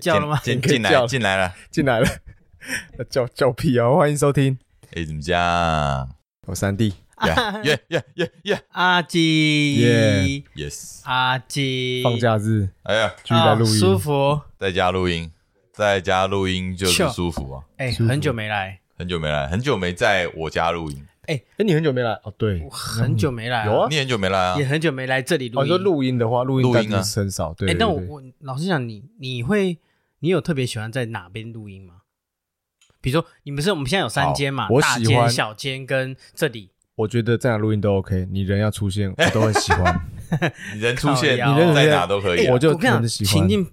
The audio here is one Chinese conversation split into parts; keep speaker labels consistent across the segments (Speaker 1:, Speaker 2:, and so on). Speaker 1: 叫了吗？
Speaker 2: 进
Speaker 1: 可以
Speaker 2: 进来
Speaker 1: 叫了
Speaker 2: 进来了，
Speaker 1: 进来了， 叫叫屁 哦！欢迎收听，
Speaker 2: 哎，怎么讲？
Speaker 3: 啊
Speaker 1: 我三弟，
Speaker 2: 耶耶耶耶
Speaker 3: 阿基，
Speaker 2: ，yes！
Speaker 3: 阿基，
Speaker 1: 放假日
Speaker 2: 哎呀，
Speaker 1: 继续来录
Speaker 3: 啊
Speaker 1: 音，
Speaker 3: 舒服。
Speaker 2: 在家录音，在家录音就是
Speaker 3: 秀
Speaker 2: 舒服啊！
Speaker 3: 哎，
Speaker 1: 舒服
Speaker 3: 很久没来，
Speaker 2: 很久没来，很久没在我家录音，
Speaker 1: 哎，你很久没来哦？对
Speaker 3: 我，很久没来啊，
Speaker 1: 有啊
Speaker 2: 你很久没来啊
Speaker 3: 也？很久没来这里录音。
Speaker 1: 哦，你说录音的话，录音
Speaker 2: 录音啊
Speaker 1: 单真的是很少，对。
Speaker 3: 哎，
Speaker 1: 对
Speaker 3: 但我
Speaker 1: 对
Speaker 3: 我老实讲，你你会你有特别喜欢在哪边录音吗？比如说，你们是我们现在有三间嘛
Speaker 1: 好我，
Speaker 3: 大
Speaker 1: 喜欢
Speaker 3: 间、小间跟这里。
Speaker 1: 我觉得在哪录音都 OK，你人要出现，我都很喜欢，
Speaker 2: 你人出现
Speaker 3: 靠腰
Speaker 1: 你人出
Speaker 2: 在
Speaker 1: 现
Speaker 2: 哪都可以
Speaker 1: 哎
Speaker 2: 啊
Speaker 1: 我，就
Speaker 3: 我跟你
Speaker 1: 真
Speaker 3: 讲，
Speaker 1: 的喜欢
Speaker 3: 情境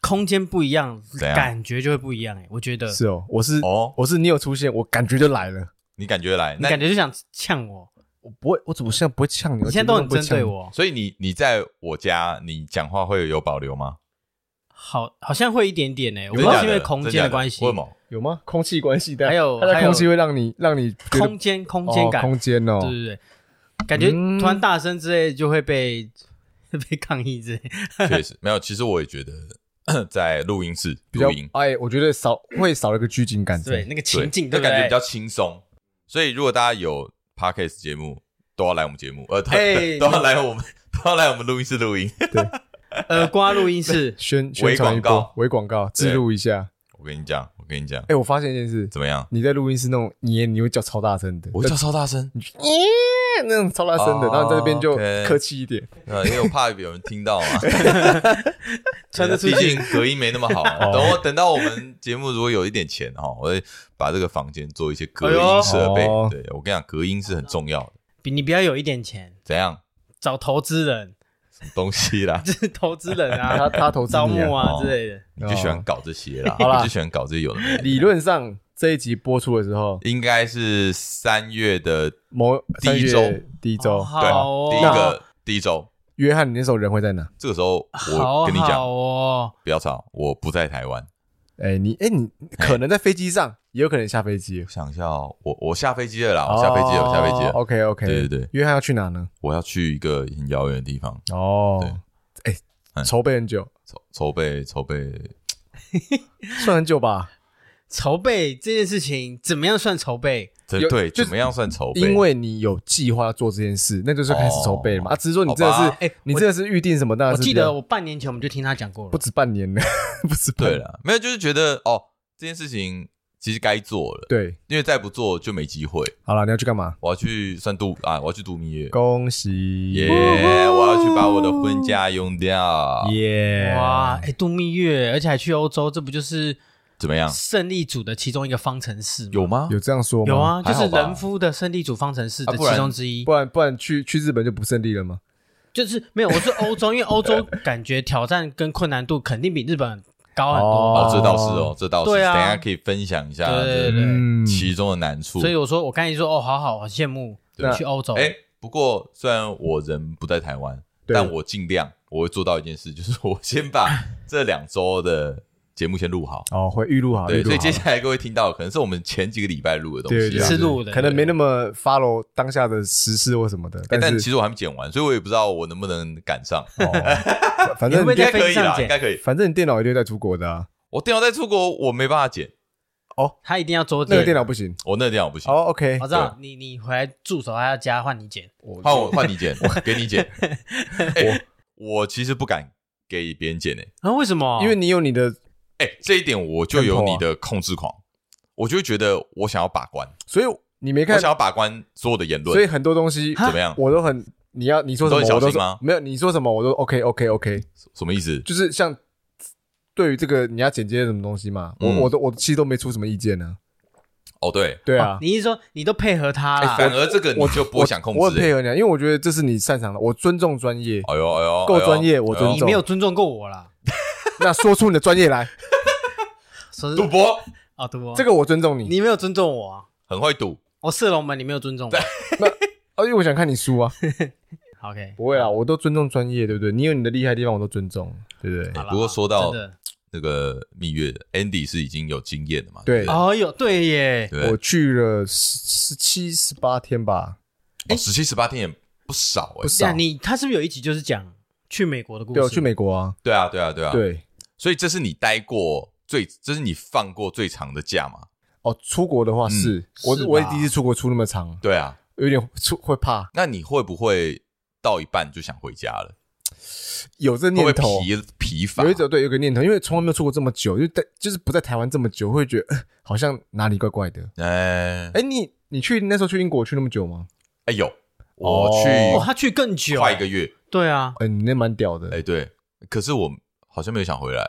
Speaker 3: 空间不一样，
Speaker 2: 样
Speaker 3: 感觉就会不一样。哎，我觉得
Speaker 1: 是哦，我是
Speaker 2: 哦
Speaker 1: 我是你有出现，我感觉就来了，
Speaker 2: 你感觉来？
Speaker 3: 你
Speaker 2: 那
Speaker 3: 感觉就想呛我，
Speaker 1: 我不会，我怎么现在不会呛你？
Speaker 3: 你现在都
Speaker 1: 我
Speaker 3: 很
Speaker 1: 怎么
Speaker 3: 针
Speaker 1: 不
Speaker 3: 对
Speaker 1: 会呛你，
Speaker 3: 我，
Speaker 2: 所以你你在我家，你讲话会有保留吗？
Speaker 3: 好，好像会一点点欸呢。我不
Speaker 2: 真的假
Speaker 3: 知道是因为
Speaker 2: 的
Speaker 3: 空
Speaker 2: 真
Speaker 3: 间
Speaker 2: 假
Speaker 3: 的关系
Speaker 2: 为，什么？
Speaker 1: 有吗？空气关系的，
Speaker 3: 还有
Speaker 1: 它在
Speaker 3: 还有
Speaker 1: 空气会让你让你觉得
Speaker 3: 空间空间
Speaker 1: 哦
Speaker 3: 感，
Speaker 1: 空间哦
Speaker 3: 对，对对，感觉
Speaker 1: 嗯
Speaker 3: 突然大声之类就会被 被抗议之类。
Speaker 2: 确实没有，其实我也觉得 在录音室
Speaker 1: 比较
Speaker 2: 录音，
Speaker 1: 哎，我觉得少会少了一个拘谨感，
Speaker 3: 对，，那个
Speaker 2: 对
Speaker 3: 情境，
Speaker 2: 那
Speaker 3: 对不
Speaker 2: 感觉
Speaker 3: 对？
Speaker 2: 比较轻松。所以如果大家有 podcast 节目，都要来我们节目，呃，都
Speaker 3: 哎
Speaker 2: 都要来我们，都要来我们录音室录音。
Speaker 3: 耳瓜录音室
Speaker 1: 宣宣传一
Speaker 2: 微广告
Speaker 1: 波，微广告植入一下。
Speaker 2: 我跟你讲，我跟你讲，
Speaker 1: 哎、我发现一件事，
Speaker 2: 怎么样？
Speaker 1: 你在录音室那种你你会叫超大声的，
Speaker 2: 我
Speaker 1: 就
Speaker 2: 叫超大声，
Speaker 1: 咦 那种超大声的，
Speaker 2: 哦
Speaker 1: 然后你在这边就
Speaker 2: OK
Speaker 1: 客气一点。
Speaker 2: 呃，因为我怕有人听到嘛，
Speaker 3: 传得出
Speaker 2: 毕
Speaker 3: 去，哦
Speaker 2: 竟隔音没那么好。 等我等到我们节目如果有一点钱哈，我会把这个房间做一些隔
Speaker 3: 哎呦
Speaker 2: 音设备
Speaker 1: 哦。
Speaker 2: 对我跟你讲，隔音是很重要的。
Speaker 3: 比你比较有一点钱，
Speaker 2: 怎样？
Speaker 3: 找投资人，
Speaker 2: 什么东西啦？
Speaker 3: 就是投资人
Speaker 1: 他
Speaker 3: 啊，
Speaker 1: 他 投资
Speaker 3: 招
Speaker 1: 你
Speaker 3: 募
Speaker 1: 啊。
Speaker 3: 啊
Speaker 2: 哦
Speaker 3: 之类的。
Speaker 2: 你就喜欢搞这些啦，
Speaker 1: 好啦
Speaker 2: 你就喜欢搞这些有的没的。
Speaker 1: 理论上这一集播出的时候，
Speaker 2: 应该是三月的
Speaker 1: 某
Speaker 2: 第一周
Speaker 1: 三月第一周
Speaker 3: 哦，
Speaker 2: 对
Speaker 3: 好哦，
Speaker 2: 第一个第一周，
Speaker 1: 约翰，你那时候人会在哪？
Speaker 2: 这个时候
Speaker 3: 好
Speaker 2: 我跟你
Speaker 3: 好
Speaker 2: 讲，
Speaker 3: 哦，
Speaker 2: 不要吵，我不在台湾。
Speaker 1: 哎、你哎、你可能在飞机上，也有可能下飞机
Speaker 2: 我。想一下哦，我我下飞机了
Speaker 1: 哦
Speaker 2: 啦，我下飞机了，我下飞机了。
Speaker 1: OK OK，
Speaker 2: 对对对
Speaker 1: 约翰要去哪呢？
Speaker 2: 我要去一个很遥远的地方
Speaker 1: 哦，哎、
Speaker 2: 嗯
Speaker 1: 筹备很久，
Speaker 2: 筹筹备筹备，
Speaker 1: 算很久吧。
Speaker 3: 筹备这件事情怎么样算筹备？
Speaker 2: 这
Speaker 1: 有
Speaker 2: 对
Speaker 1: 就是
Speaker 2: 怎么样算筹备？
Speaker 1: 因为你有计划要做这件事，那就是开始筹备了嘛。啊，只是说你真的
Speaker 2: 哦好吧
Speaker 1: 是，
Speaker 3: 哎
Speaker 1: 你真的是预定什么？当然
Speaker 3: 我
Speaker 1: 是
Speaker 3: 记
Speaker 1: 比较
Speaker 3: 得我半年前我们就听他讲过
Speaker 1: 不
Speaker 3: 了，
Speaker 1: 止半年呢， 不止半
Speaker 2: 对了，没有就是觉得哦，这件事情其实该做了，
Speaker 1: 对。
Speaker 2: 因为再不做就没机会。
Speaker 1: 好了，你要去干嘛？
Speaker 2: 我要去算度啊，我要去度蜜月，
Speaker 1: 恭喜
Speaker 2: 耶！我要去把我的婚假用掉，
Speaker 1: 耶！
Speaker 3: 哇，哎，度蜜月，而且还去欧洲，这不就是
Speaker 2: 怎么样？
Speaker 3: 胜利组的其中一个方程式吗？
Speaker 2: 啊有吗？
Speaker 1: 有这样说吗？
Speaker 3: 有，啊，
Speaker 2: 还
Speaker 3: 就
Speaker 2: 好吧
Speaker 3: 是人夫的胜利组方程式
Speaker 2: 啊
Speaker 3: 的
Speaker 2: 不然
Speaker 3: 其中之一，
Speaker 1: 不然不然去去日本就不胜利了吗？
Speaker 3: 就是没有。我是欧洲，因为欧洲感觉挑战跟困难度肯定比日本高很
Speaker 1: 哦
Speaker 3: 多，
Speaker 2: 哦，这倒是哦，这倒是。
Speaker 3: 对啊
Speaker 2: 等一下可以分享一下
Speaker 3: 对
Speaker 2: 这
Speaker 3: 对
Speaker 1: 嗯，
Speaker 2: 其中的难处。
Speaker 3: 所以我说我刚才说哦，好好，好羡慕
Speaker 1: 对
Speaker 3: 去欧洲。
Speaker 2: 哎，不过虽然我人不在台湾，
Speaker 1: 对
Speaker 2: 但我尽量我会做到一件事，就是我先把这两周的节目先录好。
Speaker 1: 哦，会预录好，
Speaker 2: 对，
Speaker 1: 预录
Speaker 2: 所
Speaker 1: 好
Speaker 2: 以接下来各位听到的可能是我们前几个礼拜录的东
Speaker 1: 对
Speaker 2: 西
Speaker 1: 对
Speaker 2: 啊。
Speaker 3: 是
Speaker 1: 对
Speaker 3: 录的
Speaker 1: 可能没那么 follow 当下的时事或什么的，
Speaker 2: 哎但
Speaker 1: 是
Speaker 2: 其实我还没剪完，所以我也不知道我能不能赶上。
Speaker 1: 哦 反反
Speaker 3: 你会
Speaker 1: 正
Speaker 3: 不会
Speaker 2: 应该可以
Speaker 3: 在分
Speaker 2: 啦
Speaker 3: 上，剪
Speaker 2: 应该可以。
Speaker 1: 反正你电脑一定在出国的啊，
Speaker 2: 我电脑在出国，我没办法剪，
Speaker 3: 他一定要桌
Speaker 1: 那个电
Speaker 3: 剪。
Speaker 1: 脑不行。
Speaker 2: 我那个电脑不行。
Speaker 1: 哦，OK，
Speaker 3: 我知道你，你回来驻守他家换你剪，
Speaker 2: 换我换你剪，给你剪。哎我我其实不敢给别人剪诶、
Speaker 3: 啊？为什么？
Speaker 1: 因为你有你的
Speaker 2: 哎、这一点我就有你
Speaker 1: 啊
Speaker 2: 的控制狂，我就会觉得我想要把关，
Speaker 1: 所以你没
Speaker 2: 我
Speaker 1: 看
Speaker 2: 想，要把关所有的言论，
Speaker 1: 所以很多东西
Speaker 2: 怎么样？
Speaker 1: 我都很，你要你说什么
Speaker 2: 都很小
Speaker 1: 我都
Speaker 2: 心吗
Speaker 1: 说没有，你说什么我都 OK OK OK，
Speaker 2: 什么意思？
Speaker 1: 就是像对于这个你要剪接什么东西嘛，我、
Speaker 2: 嗯
Speaker 1: 我都我其实都没出什么意见呢、
Speaker 2: 哦，对，哎
Speaker 1: 对啊，
Speaker 3: 哦你是说你都配合他啦？
Speaker 2: 反而这个你就不会想控
Speaker 1: 我很
Speaker 2: 制、
Speaker 1: 配
Speaker 2: 欸。
Speaker 1: 合你、啊，因为我觉得这是你擅长的，我尊重专业，
Speaker 2: 哎呦哎呦，
Speaker 1: 够
Speaker 2: 哎呦
Speaker 1: 专业我
Speaker 2: 哎呦
Speaker 1: 尊
Speaker 3: 你没有尊重过我啦。
Speaker 1: 那说出你的专业来，
Speaker 3: 说
Speaker 2: 赌博
Speaker 3: 啊，
Speaker 2: 哦
Speaker 3: 赌博
Speaker 1: 这个我尊重你，
Speaker 3: 你没有尊重我啊，
Speaker 2: 很会赌，
Speaker 3: 我射龙门你没有尊重我。
Speaker 1: 啊，因为我想看你输啊，
Speaker 2: 哎
Speaker 3: OK，
Speaker 1: 不会啦，啊我都尊重专业，对不对？你有你的厉害的地方，我都尊重，对不对？
Speaker 3: 好啦
Speaker 2: 不过说到
Speaker 3: 真的
Speaker 2: 那个蜜月的 Andy 是已经有经验的嘛？
Speaker 1: 对啊
Speaker 2: 对不
Speaker 3: 哦哟，对耶，
Speaker 2: 对，对
Speaker 1: 我去了十十七十八天吧，
Speaker 2: 哦，十七十八天也不少哎、
Speaker 1: 不
Speaker 3: 对啊，
Speaker 1: 少，
Speaker 3: 你他是不是有一集就是讲去美国的故事？
Speaker 1: 对，我去美国啊，
Speaker 2: 对啊，对啊，对啊，
Speaker 1: 对，
Speaker 2: 所以这是你待过最，这是你放过最长的假嘛？
Speaker 1: 哦，出国的话是，我
Speaker 3: 是吧
Speaker 1: 我也第一次出国出那么长，
Speaker 2: 嗯对啊，
Speaker 1: 有点出会怕，
Speaker 2: 那你会不会到一半就想回家了？
Speaker 1: 有这
Speaker 2: 会
Speaker 1: 念
Speaker 2: 不
Speaker 1: 头
Speaker 2: 会，疲疲乏？
Speaker 1: 有一种对，有个念头，因为从来没有出国这么久，就在就是不在台湾这么久，会觉得、呃好像哪里怪怪的。
Speaker 2: 哎
Speaker 1: 哎、你你去那时候去英国去那么久吗？
Speaker 2: 哎有，我去
Speaker 3: 哦，他去更久，
Speaker 2: 快一个月，
Speaker 3: 对啊，
Speaker 1: 哎、你那蛮屌的，
Speaker 2: 哎对，可是我好像没有想 回来，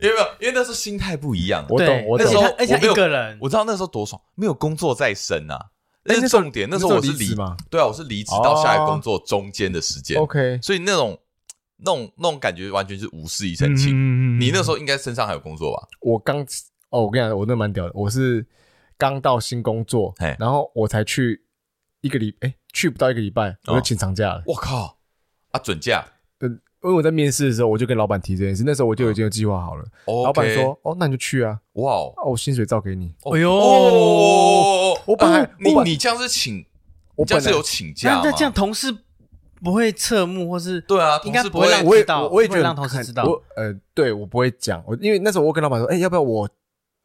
Speaker 2: 因为没有因为那时候心态不一样啊，
Speaker 1: 我懂
Speaker 3: 对
Speaker 1: 我
Speaker 2: 那
Speaker 1: 懂
Speaker 2: 时。候
Speaker 3: 而且他
Speaker 2: 我没有
Speaker 3: 一个人
Speaker 2: 我知道那时候多爽，没有工作在身啊，那
Speaker 1: 哎那
Speaker 2: 是
Speaker 1: 时候
Speaker 2: 重点。那
Speaker 1: 那
Speaker 2: 时候我是
Speaker 1: 离
Speaker 2: 离
Speaker 1: 职，嘛
Speaker 2: 对啊，我是离职到下一个
Speaker 1: 哦
Speaker 2: 工作中间的时间，
Speaker 1: ？OK，
Speaker 2: 所以那种那种那种感觉完全是无事一身轻。
Speaker 1: 嗯
Speaker 2: 你那时候应该身上还有工作吧？
Speaker 1: 我刚哦，我跟你讲，我那蛮屌的，我是刚到新工作
Speaker 2: 嘿，
Speaker 1: 然后我才去一个礼，哎、去不到一个礼拜我就请长假了。
Speaker 2: 我靠，啊准假
Speaker 1: 因为我在面试的时候，我就跟老板提这件事，那时候我就已经有计划好了。
Speaker 2: ，OK，
Speaker 1: 老板说：“哦，那你就去啊，
Speaker 2: 哇哦，
Speaker 1: 哦，我薪水照给你。
Speaker 3: 哎呦
Speaker 2: 哦
Speaker 1: 我本来
Speaker 2: 哦你
Speaker 1: 我本
Speaker 2: 你这样是请，你
Speaker 1: 我
Speaker 2: 这样
Speaker 1: 本
Speaker 2: 是
Speaker 1: 来
Speaker 2: 有请假
Speaker 3: 那
Speaker 2: 吗？
Speaker 3: 那啊这样同事不会侧目或
Speaker 1: 哦
Speaker 3: 是
Speaker 2: 对啊，
Speaker 3: 应该
Speaker 2: 同事
Speaker 3: 不
Speaker 2: 不会
Speaker 3: 会让”
Speaker 1: 我也
Speaker 3: 知道
Speaker 1: 我我也
Speaker 3: 不
Speaker 1: 觉
Speaker 3: 会
Speaker 1: 得
Speaker 3: 让同事知道
Speaker 1: 我呃，对我不会讲，我因为那时候我跟老板说：“哎、要不要我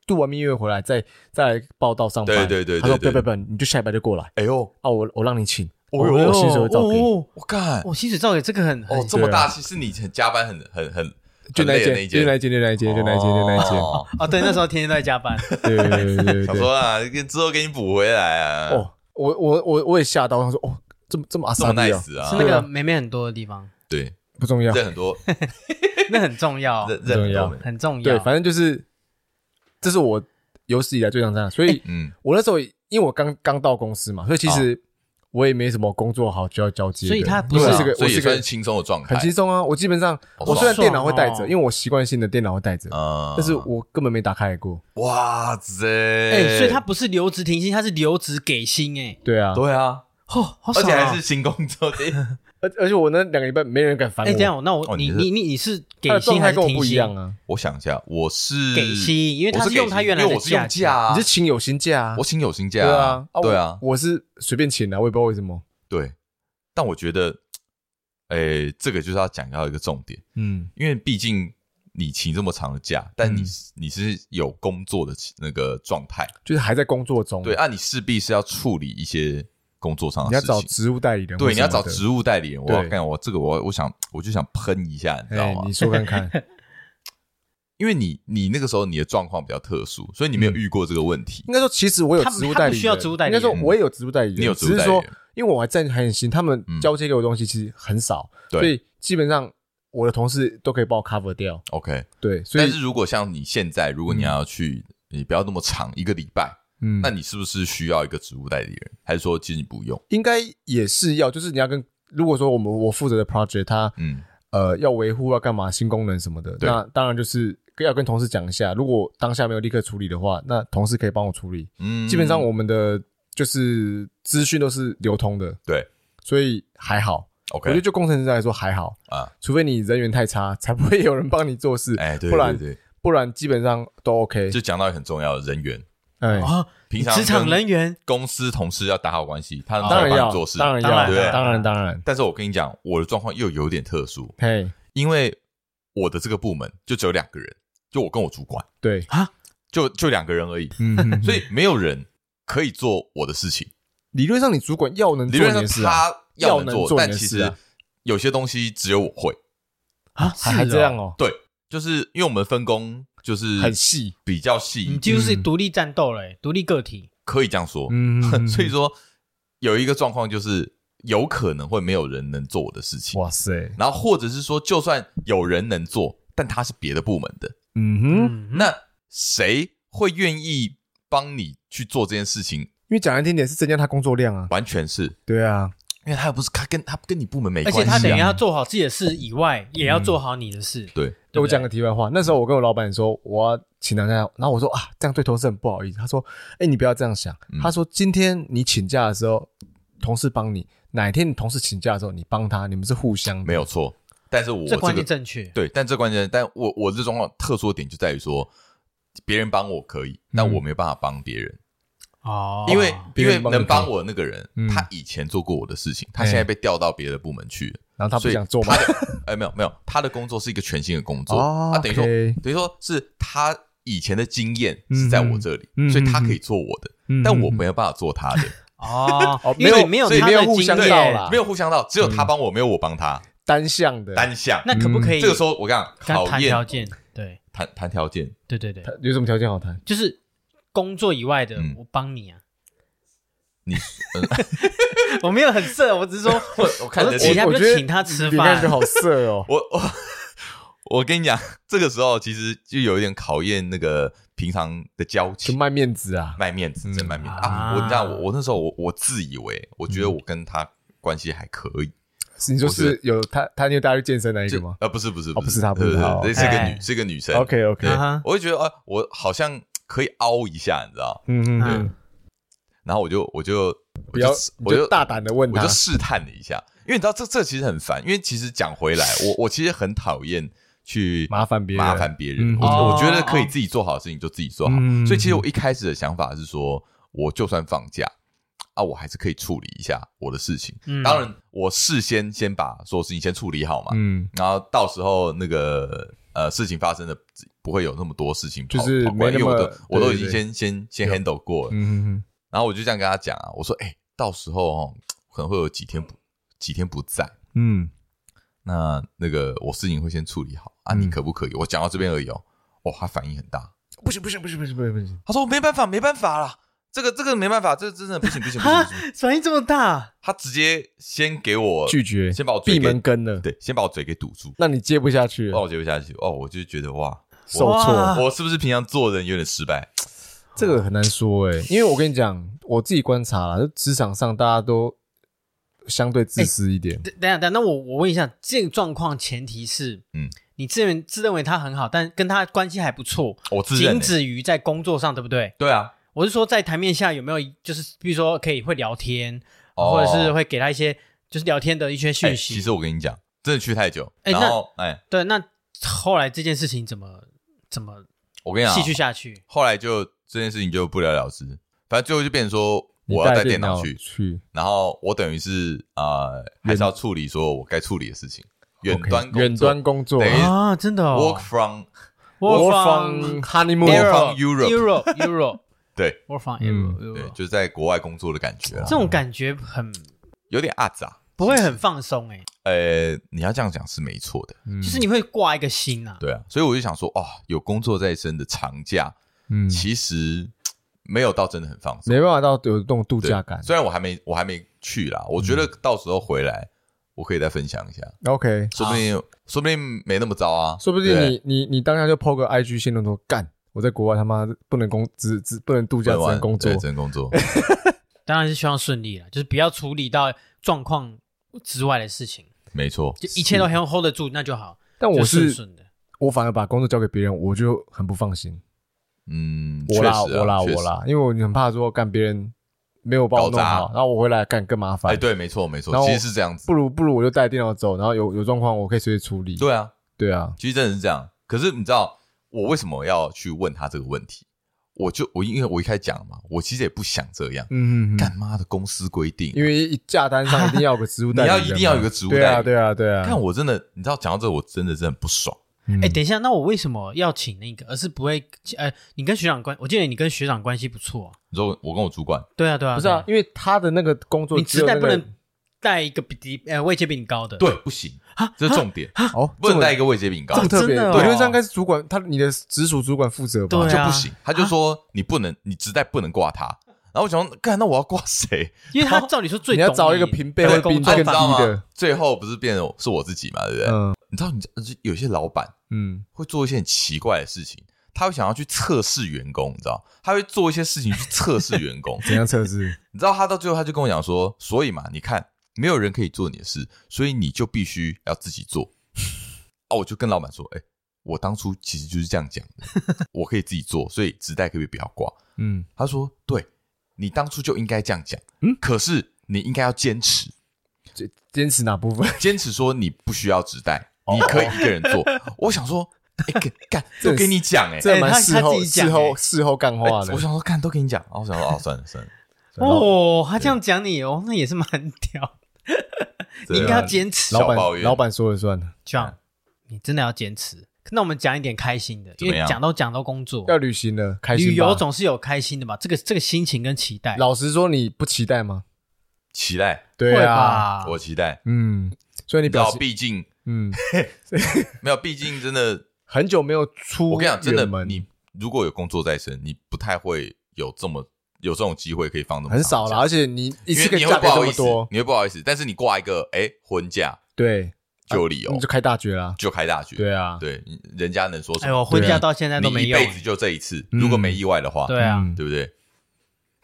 Speaker 1: 度完蜜月回来再再来报道上班？”
Speaker 2: 对对对
Speaker 1: 他说：“不
Speaker 2: 对
Speaker 1: 要
Speaker 2: 对
Speaker 1: 不要不要，你就下礼拜就过来
Speaker 2: 哎呦，哦
Speaker 1: 啊，我我让你请，我
Speaker 3: 哎呦
Speaker 1: 我薪水会照给你。
Speaker 3: 哦
Speaker 2: 我干
Speaker 3: 哦，哦薪水照给这个很很
Speaker 2: 哦这么大气，是你很加班很很很
Speaker 1: 啊就
Speaker 2: 很
Speaker 1: 那一
Speaker 2: 累的那
Speaker 1: 间，就那一间，就那一间，就那一间，就那一间。
Speaker 2: 哦
Speaker 3: 哦，对，那时候天天都在加 班，
Speaker 1: 对对对对对
Speaker 2: 想
Speaker 1: 对。
Speaker 2: 说啊，跟之后给你补回来啊。
Speaker 1: 哦，我我我我也吓到，我想说哦，这么这么阿
Speaker 2: 这么
Speaker 1: 萨利啊，
Speaker 2: nice 啊
Speaker 3: 是，那
Speaker 1: 对
Speaker 3: 个
Speaker 1: 啊
Speaker 3: 妹妹很多的地方，
Speaker 2: 对，
Speaker 1: 不重要。
Speaker 2: 认很多，
Speaker 3: 那很 重要，
Speaker 2: 认
Speaker 1: 重
Speaker 2: 认
Speaker 1: 要
Speaker 2: 很多，
Speaker 3: 很重要。
Speaker 1: 对，反正就是，这是我有史以来最长这样。
Speaker 3: 哎
Speaker 1: 所以
Speaker 2: 嗯，
Speaker 1: 我那时候因为我刚刚到公司嘛，所以
Speaker 2: 哦
Speaker 1: 其实我也没什么工作好就要交接的。
Speaker 3: 所以他不
Speaker 1: 因
Speaker 3: 是
Speaker 1: 为我是个
Speaker 2: 啊所
Speaker 1: 我
Speaker 2: 以也
Speaker 1: 是
Speaker 2: 算
Speaker 1: 个
Speaker 2: 是轻松的状态
Speaker 1: 很，轻松啊。我基本上
Speaker 2: 好爽
Speaker 1: 我虽然电脑会带
Speaker 3: 好
Speaker 1: 着，
Speaker 3: 爽哦
Speaker 1: 因为我习惯性的电脑会带着，
Speaker 2: 啊
Speaker 1: 但是我根本没打开过。
Speaker 2: 哇塞，
Speaker 3: 哎，所以他不是留职停薪，他是留职给薪，哎，
Speaker 1: 对啊，
Speaker 2: 对啊，
Speaker 3: 哦，好
Speaker 2: 而
Speaker 3: 爽
Speaker 2: 且
Speaker 3: 啊
Speaker 2: 还是新工作的，
Speaker 1: 而而且我那两个礼拜没人敢烦
Speaker 3: 哎，等一
Speaker 1: 我，
Speaker 3: 下，那我
Speaker 2: 哦
Speaker 3: 你
Speaker 2: 你是
Speaker 3: 你你你是
Speaker 1: 他
Speaker 3: 给
Speaker 1: 的状
Speaker 3: 薪
Speaker 1: 态
Speaker 3: 还是
Speaker 1: 跟我
Speaker 3: 停
Speaker 1: 不一
Speaker 3: 薪？
Speaker 1: 样啊。
Speaker 2: 我想一下，我是
Speaker 3: 给薪因为他
Speaker 2: 嗯我
Speaker 3: 是
Speaker 2: 是
Speaker 3: 用他原来
Speaker 2: 因
Speaker 3: 的
Speaker 2: 为我是用
Speaker 3: 价
Speaker 2: 假啊，
Speaker 1: 你是请有薪假啊？
Speaker 2: 我请有薪假
Speaker 1: 对啊，
Speaker 2: 对
Speaker 1: 我
Speaker 2: 啊，
Speaker 1: 我是随便请的，啊我也不知道为什么。
Speaker 2: 对。但我觉得，哎，这个就是要讲到一个重点，
Speaker 1: 嗯，
Speaker 2: 因为毕竟你请这么长的假，但你是你是有工作的那个状态，
Speaker 1: 就是还在工作中，
Speaker 2: 对，啊，你势必是要处理一些工作上
Speaker 1: 你要
Speaker 2: 的事
Speaker 1: 找
Speaker 2: 情。
Speaker 1: 职务代理人或
Speaker 2: 对，
Speaker 1: 什么的，
Speaker 2: 你要找职务代理人，我
Speaker 1: 对
Speaker 2: 干我这个我我想我就想喷一下，你知道
Speaker 1: 哎
Speaker 2: 吗，
Speaker 1: 你？说看看，
Speaker 2: 因为你你那个时候你的状况比较特殊，所以你没有
Speaker 1: 嗯
Speaker 2: 遇过这个问题。
Speaker 1: 应该说其实我有
Speaker 3: 他
Speaker 1: 职务代
Speaker 3: 他不
Speaker 1: 理人，
Speaker 3: 需要职务代理
Speaker 1: 应该
Speaker 3: 人
Speaker 1: 说我也有职务代理人，
Speaker 2: 你有职务
Speaker 1: 只是
Speaker 2: 代理
Speaker 1: 说
Speaker 2: 人
Speaker 1: 因为我还在很新，他们
Speaker 2: 嗯
Speaker 1: 交接给我的东西其实很少，
Speaker 2: 对
Speaker 1: 所以基本上我的同事都可以帮我 cover 掉，
Speaker 2: OK，
Speaker 1: 对，所以
Speaker 2: 但是如果像你现在，如果你要去，你不要那么长一个礼拜，
Speaker 1: 嗯，
Speaker 2: 那你是不是需要一个职务代理人？还是说其实你不用？
Speaker 1: 应该也是要，就是你要跟如果说我们我负责的 project 它
Speaker 2: 嗯，
Speaker 1: 呃要维护要干嘛新功能什么的，
Speaker 2: 对
Speaker 1: 那当然就是要跟同事讲一下，如果当下没有立刻处理的话，那同事可以帮我处理。
Speaker 2: 嗯
Speaker 1: 基本上我们的就是资讯都是流通的，
Speaker 2: 对
Speaker 1: 所以还好。我觉得
Speaker 2: OK
Speaker 1: 就工程师来说还好，
Speaker 2: 啊，
Speaker 1: 除非你人缘太差，才不会有人帮你做事，
Speaker 2: 哎，对
Speaker 1: 不然
Speaker 2: 对对，
Speaker 1: 不然基本上都 OK
Speaker 2: 对。就哦讲到很重要的人员，
Speaker 1: 哎，
Speaker 3: 啊，
Speaker 2: 平常
Speaker 3: 职场
Speaker 2: 跟
Speaker 3: 人员
Speaker 2: 公司同事要打好关系，他能
Speaker 1: 哦当然
Speaker 2: 帮你
Speaker 1: 要
Speaker 2: 做，事，
Speaker 1: 当然
Speaker 3: 当然
Speaker 1: 要，
Speaker 2: 对
Speaker 1: 当然当然，
Speaker 2: 但是我跟你讲，我的状况又有点特殊，
Speaker 1: 嘿，
Speaker 2: 因为我的这个部门就只有两个人，就我跟我主管，
Speaker 1: 对，
Speaker 2: 就就两个人而已，
Speaker 1: 嗯，
Speaker 2: 所
Speaker 1: 以
Speaker 2: 以没有人可以做我的事情。
Speaker 1: 理论上你主管要能
Speaker 2: 理
Speaker 1: 做
Speaker 2: 论
Speaker 1: 你
Speaker 2: 上
Speaker 1: 的事啊，
Speaker 2: 他要能
Speaker 1: 要能
Speaker 2: 做，
Speaker 1: 做
Speaker 2: 但
Speaker 1: 你的
Speaker 2: 其
Speaker 1: 事啊
Speaker 2: 实有些东西只有我会。
Speaker 3: 啊，
Speaker 1: 还
Speaker 3: 是
Speaker 1: 还这
Speaker 3: 哦
Speaker 1: 样哦，
Speaker 2: 对，就是因为我们分工就是
Speaker 1: 很细，
Speaker 2: 比较
Speaker 3: 你
Speaker 2: 细，
Speaker 3: 几乎是独立战斗了，欸独立个体。
Speaker 2: 可以这样说。
Speaker 1: 嗯
Speaker 2: 所以说有一个状况就是有可能会没有人能做我的事情，
Speaker 1: 嗯哇塞，
Speaker 2: 然后或者是说就算有人能做，但他是别的部门的，
Speaker 1: 嗯哼，因
Speaker 3: 嗯，
Speaker 2: 那谁会愿意帮你去做这件事情？
Speaker 1: 为讲难听点是增加他工作量啊，
Speaker 2: 完全是
Speaker 1: 对啊，
Speaker 2: 因为他又不是他跟他跟你部门没
Speaker 3: 而
Speaker 2: 关系、
Speaker 3: 且
Speaker 2: 啊，
Speaker 3: 他等于要做好自己的事以外，也要做好你的事。
Speaker 2: 对
Speaker 3: 对不
Speaker 1: 我
Speaker 3: 对
Speaker 1: 讲个题外话，那时候我跟我老板说我要请长假，然后我说啊，这样对同事很不好意思。他说，哎、你不要这样想。
Speaker 2: 嗯
Speaker 1: 他说，今天你请假的时候，同事帮你；哪天你同事请假的时候，你帮他，你们是互相的。
Speaker 2: 没有错。但是我
Speaker 3: 这
Speaker 2: 这
Speaker 3: 观
Speaker 2: 个
Speaker 3: 念正确。
Speaker 2: 对，但这关键，但我我这状况特殊的点就在于说，别人帮我可以，但
Speaker 3: 嗯
Speaker 2: 我没有办法帮别人，
Speaker 3: 哦，
Speaker 2: 因为
Speaker 1: 别
Speaker 2: 因为
Speaker 1: 人帮你
Speaker 2: 能
Speaker 1: 可以
Speaker 2: 帮我那个人
Speaker 1: 嗯，
Speaker 2: 他以前做过我的事情，他现在被调到别的部门去了，
Speaker 1: 然后他
Speaker 2: 所
Speaker 1: 不
Speaker 2: 以
Speaker 1: 想做吗
Speaker 2: 他？的 哎，没有没有，他的工作是一个全新的工作，
Speaker 1: 哦
Speaker 2: 啊，等于说
Speaker 1: OK
Speaker 2: 等于说是他以前的经验是在我这里，
Speaker 1: 嗯哼
Speaker 2: 所以他可以做我的，
Speaker 1: 嗯
Speaker 2: 但我没有办法做他的，
Speaker 3: 哦
Speaker 1: 哦，
Speaker 3: 因
Speaker 1: 没
Speaker 3: 为
Speaker 1: 有
Speaker 3: 没有
Speaker 2: 所以
Speaker 3: 他
Speaker 1: 没有
Speaker 3: 的
Speaker 1: 互
Speaker 3: 经
Speaker 1: 相
Speaker 3: 验
Speaker 1: 到啦
Speaker 2: 没有互相到，只有他帮我，没有我帮他，
Speaker 1: 单向的，
Speaker 2: 单向。
Speaker 3: 那可不可以？
Speaker 2: 嗯这个时候我跟你讲，
Speaker 3: 跟他
Speaker 2: 考
Speaker 3: 谈条
Speaker 2: 验
Speaker 3: 件，对
Speaker 2: 谈谈条件，
Speaker 3: 对对对，
Speaker 1: 有什么条件好谈？
Speaker 3: 就是工作以外的
Speaker 2: 嗯，
Speaker 3: 我帮你啊。
Speaker 2: 你
Speaker 3: 我没有很色，我只是说，
Speaker 2: 我我看
Speaker 3: 我
Speaker 2: 你
Speaker 3: 说
Speaker 2: 的
Speaker 3: 其
Speaker 2: 脸。
Speaker 3: 他
Speaker 1: 我
Speaker 3: 不
Speaker 1: 觉
Speaker 3: 就
Speaker 1: 得
Speaker 3: 请他吃
Speaker 1: 你看
Speaker 3: 饭
Speaker 1: 就，好色哦
Speaker 2: 我我我跟你讲，这个时候其实就有一点考验那个平常的交
Speaker 1: 就
Speaker 2: 情，
Speaker 1: 卖面 子啊，
Speaker 2: 卖面子，
Speaker 1: 嗯
Speaker 2: 真卖面子、
Speaker 3: 啊
Speaker 2: 啊！我你知道，我我那时候我我自以为，我觉得
Speaker 1: 嗯
Speaker 2: 我跟他关系还可以，
Speaker 1: 是你就是有他，他因为大家去健身那一个
Speaker 2: 就
Speaker 1: 吗？
Speaker 2: 呃不是不是
Speaker 1: 哦不是他不是他哦
Speaker 2: 对对对是个
Speaker 3: 哎
Speaker 2: 女是个女生
Speaker 1: OK OK，
Speaker 2: 对
Speaker 3: 啊哈，
Speaker 2: 我就觉得啊，呃我好像可以凹一下，你知道？
Speaker 1: 嗯嗯
Speaker 3: 嗯
Speaker 1: 嗯，
Speaker 2: 然后我就我就我
Speaker 1: 不要
Speaker 2: 就
Speaker 1: 你
Speaker 2: 我
Speaker 1: 就
Speaker 2: 就
Speaker 1: 大胆的问
Speaker 2: 我
Speaker 1: 他
Speaker 2: 就，试探了一下，因为你知道这这其实很烦，因为其实讲回 来，我我其实很讨厌去
Speaker 1: 麻烦别人
Speaker 2: 麻烦别人
Speaker 1: 嗯，
Speaker 2: 我
Speaker 3: 哦
Speaker 2: 我觉得可以自己做好的事情就自己做好
Speaker 1: 嗯，
Speaker 2: 所以其实我一开始的想法是说，我就算放假啊，我还是可以处理一下我的事情
Speaker 3: 嗯。
Speaker 2: 当然，我事先先把所有事情先处理好嘛，
Speaker 1: 嗯，
Speaker 2: 然后到时候那个呃事情发生的不会有那么多事情跑
Speaker 1: 就是
Speaker 2: 跑过来，
Speaker 1: 没
Speaker 2: 因为我
Speaker 1: 那么
Speaker 2: 都我都
Speaker 1: 对
Speaker 2: 已经
Speaker 1: 对
Speaker 2: 先先先 handle 过了，
Speaker 1: 嗯嗯
Speaker 2: 然后我就这样跟他讲啊，我说，哎、到时候哦，可能会有几天不几天不在，
Speaker 1: 嗯，
Speaker 2: 那那个我事情会先处理好啊，
Speaker 1: 嗯
Speaker 2: 你可不可以？我讲到这边而已哦，哇，他反应很大，
Speaker 1: 不行不行不行不行不行不行，
Speaker 2: 他说没办法，没办法啦，这个这个没办法，这真的不行不行不行不行，
Speaker 3: 反应这么大，
Speaker 2: 他直接先给 我
Speaker 1: 拒绝，
Speaker 2: 先把我嘴
Speaker 1: 闭
Speaker 2: 给
Speaker 1: 门羹了，
Speaker 2: 对，先把我嘴给堵住，
Speaker 1: 那你接不下去
Speaker 2: 让
Speaker 1: 了，
Speaker 2: 我接不下去，哦，我就觉得哇，
Speaker 1: 受
Speaker 3: 哇
Speaker 1: 挫，
Speaker 2: 我是不是平常做人有点失败？
Speaker 1: 这个很难说哎，因为我跟你讲，我自己观察了，就职场上大家都相对自私一
Speaker 2: 哎
Speaker 1: 点，
Speaker 3: 等等一下，等一下那我我问一下，这个状况前提是，
Speaker 2: 嗯，
Speaker 3: 你自认自认为他很好，但跟他关系还不错，
Speaker 2: 我自认、
Speaker 3: 仅
Speaker 2: 欸，
Speaker 3: 止于在工作上，对不对？
Speaker 2: 对啊，
Speaker 3: 我是说在台面下有没有，就是比如说可以会聊天，
Speaker 2: 哦
Speaker 3: 或者是会给他一些就是聊天的一些
Speaker 2: 哎
Speaker 3: 讯息。
Speaker 2: 其实我跟你讲，真的去太久，
Speaker 3: 哎
Speaker 2: 然
Speaker 3: 那
Speaker 2: 后哎、
Speaker 3: 对，那后来这件事情怎么怎么
Speaker 2: 我跟你讲啊，
Speaker 3: 戏剧下去？
Speaker 2: 后来就这件事情就不了了之，反正最后就变成说
Speaker 1: 你
Speaker 2: 我要带
Speaker 1: 电
Speaker 2: 电脑去，
Speaker 1: 去，
Speaker 2: 然后我等于是呃还是要处理说我该处理的事情，远
Speaker 1: OK，
Speaker 2: 端工作
Speaker 1: 远端工作
Speaker 2: 等于
Speaker 3: 啊，真的哦
Speaker 2: work from
Speaker 1: ，work
Speaker 3: from
Speaker 1: from honeymoon，
Speaker 2: Work from
Speaker 3: Europe
Speaker 2: Europe
Speaker 3: Europe Europe
Speaker 2: 对
Speaker 3: work from
Speaker 1: 嗯
Speaker 3: Europe 嗯
Speaker 2: 对，
Speaker 3: Europe，
Speaker 2: 就是在国外工作的感觉啦啊
Speaker 3: 这，种感觉很
Speaker 2: 有点阿杂，
Speaker 3: 不会很放松哎，
Speaker 2: 呃，你要这样讲是没错的，
Speaker 1: 嗯
Speaker 3: 就是你会挂一个心呐。
Speaker 2: 对啊，所以我就想说，哇，有工作在身的长假，
Speaker 1: 嗯，
Speaker 2: 其实没有到真的很放松
Speaker 1: 没，办法到有那种度
Speaker 2: 对
Speaker 1: 假感嗯
Speaker 2: 虽然我还没我还没去啦，我觉得到时候回来我可以再分享一下，
Speaker 1: ，OK，
Speaker 2: 说不定说不定没那么糟啊，
Speaker 1: 啊说不定
Speaker 2: 对
Speaker 1: 你你你当下就 PO 个 IG 线动说干，我在国外他妈不能工只只不能度假，只能工作
Speaker 2: 对，只能工 作。
Speaker 3: 当然是希望顺利了，就是不要处理到状况之外的事情，
Speaker 2: 没错，
Speaker 3: 就一切都很 hold 得住，那就好。
Speaker 1: 但我
Speaker 3: 就顺
Speaker 1: 是
Speaker 3: 顺的，
Speaker 1: 我反而把工作交给别人，我就很不放心。
Speaker 2: 嗯，
Speaker 1: 我
Speaker 2: 确
Speaker 1: 啦
Speaker 2: 实啊
Speaker 1: 我啦
Speaker 2: 确实
Speaker 1: 我啦，因为我很怕说干别人没有帮我弄
Speaker 2: 搞
Speaker 1: 好
Speaker 2: 砸，
Speaker 1: 然后我回来干更麻
Speaker 2: 哎，
Speaker 1: 烦。
Speaker 2: 对，没错没错
Speaker 1: 然，后
Speaker 2: 其
Speaker 1: 我
Speaker 2: 实是这样子
Speaker 1: 不。如不如我就带电脑走，然后有有状况我可以随时处理。
Speaker 2: 对啊，
Speaker 1: 对啊，
Speaker 2: 其实真的是这样。可是你知道我为什么要去问他这个问题？我就我因为我一开始讲了嘛，我其实也不想这样。
Speaker 1: 嗯，
Speaker 2: 干妈的公司规定，
Speaker 1: 因为一价单上一定要有个职务代
Speaker 2: 你
Speaker 1: 理人
Speaker 2: 要
Speaker 1: 嘛，
Speaker 2: 一定要有个职务
Speaker 1: 对
Speaker 2: 代
Speaker 1: 啊
Speaker 2: 理。
Speaker 1: 对啊对啊。
Speaker 2: 看我真的，你知道讲到这，我真的是很不爽。
Speaker 1: 嗯，
Speaker 3: 哎、等一下，那我为什么要请那个，而是不会？呃，你跟学长关，我记得你跟学长关系不错、啊。
Speaker 2: 你说我跟我主管，
Speaker 3: 对啊，对啊，
Speaker 1: 不是啊，
Speaker 3: 对
Speaker 1: 因为他的那个工作
Speaker 3: 你
Speaker 1: 只
Speaker 3: 职
Speaker 1: 有
Speaker 3: 代
Speaker 1: 那
Speaker 3: 不
Speaker 1: 个
Speaker 3: 能带一个比你呃位阶比你高的。
Speaker 2: 对，不行，这是重点，
Speaker 1: 哦，
Speaker 2: 不能带一个
Speaker 1: 个
Speaker 2: 位阶比你高
Speaker 1: 这么
Speaker 2: 的，
Speaker 1: 特别，
Speaker 3: 真的哦
Speaker 1: 理论上应该是主管他你的直属主管负责吧？
Speaker 3: 对
Speaker 2: 就
Speaker 3: 啊
Speaker 2: 不行。他就说你不能，你直代不能挂他。然后我想说，干，那我要挂谁？
Speaker 3: 因为他照理说最
Speaker 1: 你要
Speaker 3: 懂
Speaker 1: 找一个平辈
Speaker 3: 的
Speaker 1: 会比
Speaker 3: 工
Speaker 1: 你
Speaker 3: 作
Speaker 1: 更
Speaker 2: 你
Speaker 1: 低
Speaker 2: 知
Speaker 3: 方
Speaker 2: 道
Speaker 1: 的
Speaker 2: 吗？最后不是变成是我自己嘛，对不对？
Speaker 1: 嗯
Speaker 2: 你知道，你知道有些老板
Speaker 1: 嗯，
Speaker 2: 会做一些很奇怪的事情，他会想要去测试员工，你知道，他会做一些事情去测试员工
Speaker 1: 。怎样测试？
Speaker 2: 你知道，他到最后他就跟我讲说，所以嘛，你看，没有人可以做你的事，所以你就必须要自己做。哦，我就跟老板说，哎、我当初其实就是这样讲的，我可以自己做，所以直代可不可以不要挂？
Speaker 1: 嗯，
Speaker 2: 他说，对你当初就应该这样讲，
Speaker 1: 嗯
Speaker 2: 可是你应该要坚 持。
Speaker 1: 坚坚持哪部分？
Speaker 2: 坚持说你不需要纸袋，
Speaker 1: 哦
Speaker 2: 你可以一个人 做。我想说，哎、干干
Speaker 1: 这
Speaker 2: 都给你讲哎、
Speaker 1: 这蛮
Speaker 3: 他
Speaker 1: 事
Speaker 3: 他
Speaker 1: 后
Speaker 3: 自己讲
Speaker 1: 事后
Speaker 3: 欸
Speaker 1: 事后干
Speaker 2: 哎
Speaker 1: 话的
Speaker 2: 我。想哦说，干都给你讲， 然后我想说，哦，算了算了，
Speaker 1: 然后
Speaker 3: 哦，他这样讲你哦，那也是蛮屌。
Speaker 2: 对
Speaker 3: 你
Speaker 2: 啊
Speaker 3: 应该要坚持
Speaker 2: 小
Speaker 1: 老
Speaker 2: 抱
Speaker 1: 板
Speaker 2: 怨
Speaker 1: 老板说了算，
Speaker 3: ，John，你真的要坚持。那我们讲一点开心的，
Speaker 2: 怎
Speaker 3: 因
Speaker 2: 么
Speaker 3: 为
Speaker 2: 样
Speaker 3: 讲都讲到工
Speaker 2: 哦
Speaker 3: 作，
Speaker 1: 要旅行了，开心吧
Speaker 3: 旅游总是有开心的嘛，这个这个心情跟期待，
Speaker 1: 老实说，你不期待吗？
Speaker 2: 期待，
Speaker 1: 对
Speaker 3: 会
Speaker 1: 啊，
Speaker 3: 吧？
Speaker 2: 我期待。
Speaker 1: 嗯，所以你
Speaker 2: 你知道
Speaker 1: 表，示
Speaker 2: 毕竟
Speaker 1: 嗯，
Speaker 2: 没有，毕竟真 的，
Speaker 1: 很久没有出
Speaker 2: 我跟你讲，真
Speaker 1: 远
Speaker 2: 的，
Speaker 1: 门
Speaker 2: 你如果有工作在身，你不太会有这么有这种机会可以放这么
Speaker 1: 很少啦，
Speaker 2: 长
Speaker 1: 而且你一
Speaker 2: 的假，因为
Speaker 1: 次可以
Speaker 2: 你会
Speaker 1: 嫁
Speaker 2: 不
Speaker 1: 给这
Speaker 2: 好意
Speaker 1: 么
Speaker 2: 思
Speaker 1: 多，，
Speaker 2: 你会不好意思。但是你挂一个哎婚假
Speaker 1: 对，
Speaker 2: 就有理由
Speaker 1: 啊你就开大绝啦，
Speaker 2: 就开大局，
Speaker 1: 对啊，
Speaker 2: 对，你人家能说什
Speaker 3: 哎，
Speaker 2: 么？
Speaker 3: 我婚
Speaker 1: 对
Speaker 3: 假
Speaker 1: 啊
Speaker 3: 到现在都
Speaker 2: 你
Speaker 3: 没
Speaker 2: 一
Speaker 3: 用
Speaker 2: 辈，子就这一次，
Speaker 1: 嗯
Speaker 2: 如果没意外的话，
Speaker 3: 对啊，
Speaker 1: 嗯
Speaker 2: 对不对？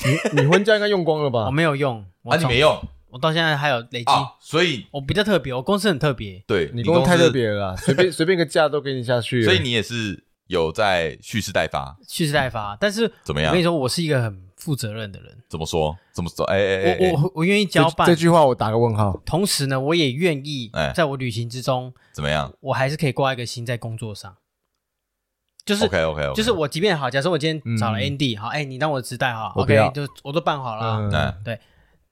Speaker 1: 你你婚假应该用光了
Speaker 3: 我
Speaker 1: 吧？
Speaker 3: 没有用，我
Speaker 2: 啊，你
Speaker 3: 从
Speaker 2: 没用
Speaker 3: 我到现在还有累积，
Speaker 2: 啊，所以
Speaker 3: 我比较特别，我公司很特别，
Speaker 2: 对
Speaker 1: 你
Speaker 2: 公
Speaker 1: 公
Speaker 2: 司
Speaker 1: 司太特别了啦，随便随便个假都给你下去了，
Speaker 2: 所以你也是有在蓄势待发，
Speaker 3: 蓄势待发。但是
Speaker 2: 怎么
Speaker 3: 我
Speaker 2: 样
Speaker 3: 跟你？说，我是一个很负责任的人，
Speaker 2: 怎么说？怎么说？哎哎哎
Speaker 3: 我
Speaker 2: 哎，
Speaker 3: 我我愿意
Speaker 1: 这
Speaker 3: 交
Speaker 1: 这
Speaker 3: 办，
Speaker 1: 句话我打个问号，
Speaker 3: 同时呢，我也愿意
Speaker 2: 哎
Speaker 3: 在我旅行之中，
Speaker 2: 怎么样
Speaker 3: 我还是可以挂一个心在工作上，就是
Speaker 2: ？OK OK OK，
Speaker 3: 就是我即便好，假设我今天找了
Speaker 1: 嗯
Speaker 3: Andy，、好，哎，你当我的直带哈
Speaker 1: 我不要
Speaker 3: ，OK，就我都办好了啊，
Speaker 1: 嗯，
Speaker 2: 嗯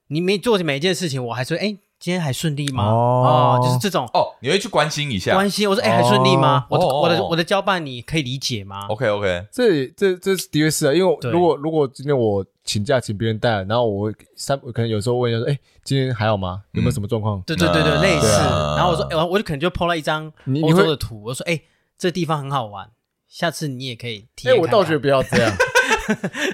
Speaker 3: 你没做每一件事情，我还说，哎，今天还顺利吗？
Speaker 1: 哦
Speaker 3: 就是这种
Speaker 2: 哦，你会去关心一下
Speaker 3: 关心，我说，哎，还顺利吗？
Speaker 2: 哦
Speaker 3: 我的
Speaker 2: 哦
Speaker 3: 我的
Speaker 2: 哦
Speaker 3: 我的交办你可以理解
Speaker 1: 哦
Speaker 3: 吗？
Speaker 2: ？OK OK，
Speaker 1: 这这这是的确是啊，因为我
Speaker 3: 对
Speaker 1: 如果如果今天我请假请别人带，然后我三我可能有时候问一下说，哎，今天还好吗？有没有什么状况？
Speaker 3: 对对对对，
Speaker 2: 嗯
Speaker 3: 类似。
Speaker 1: 对
Speaker 2: 啊
Speaker 3: 然后我说，哎我我就可能就 PO 了一张
Speaker 1: 你
Speaker 3: 欧
Speaker 1: 你
Speaker 3: 洲
Speaker 1: 会
Speaker 3: 的图，我说，哎，这地方很好玩，下次你也可以体
Speaker 1: 哎，
Speaker 3: 验
Speaker 1: 我
Speaker 3: 看
Speaker 1: 倒
Speaker 3: 看
Speaker 1: 觉得不要 这样，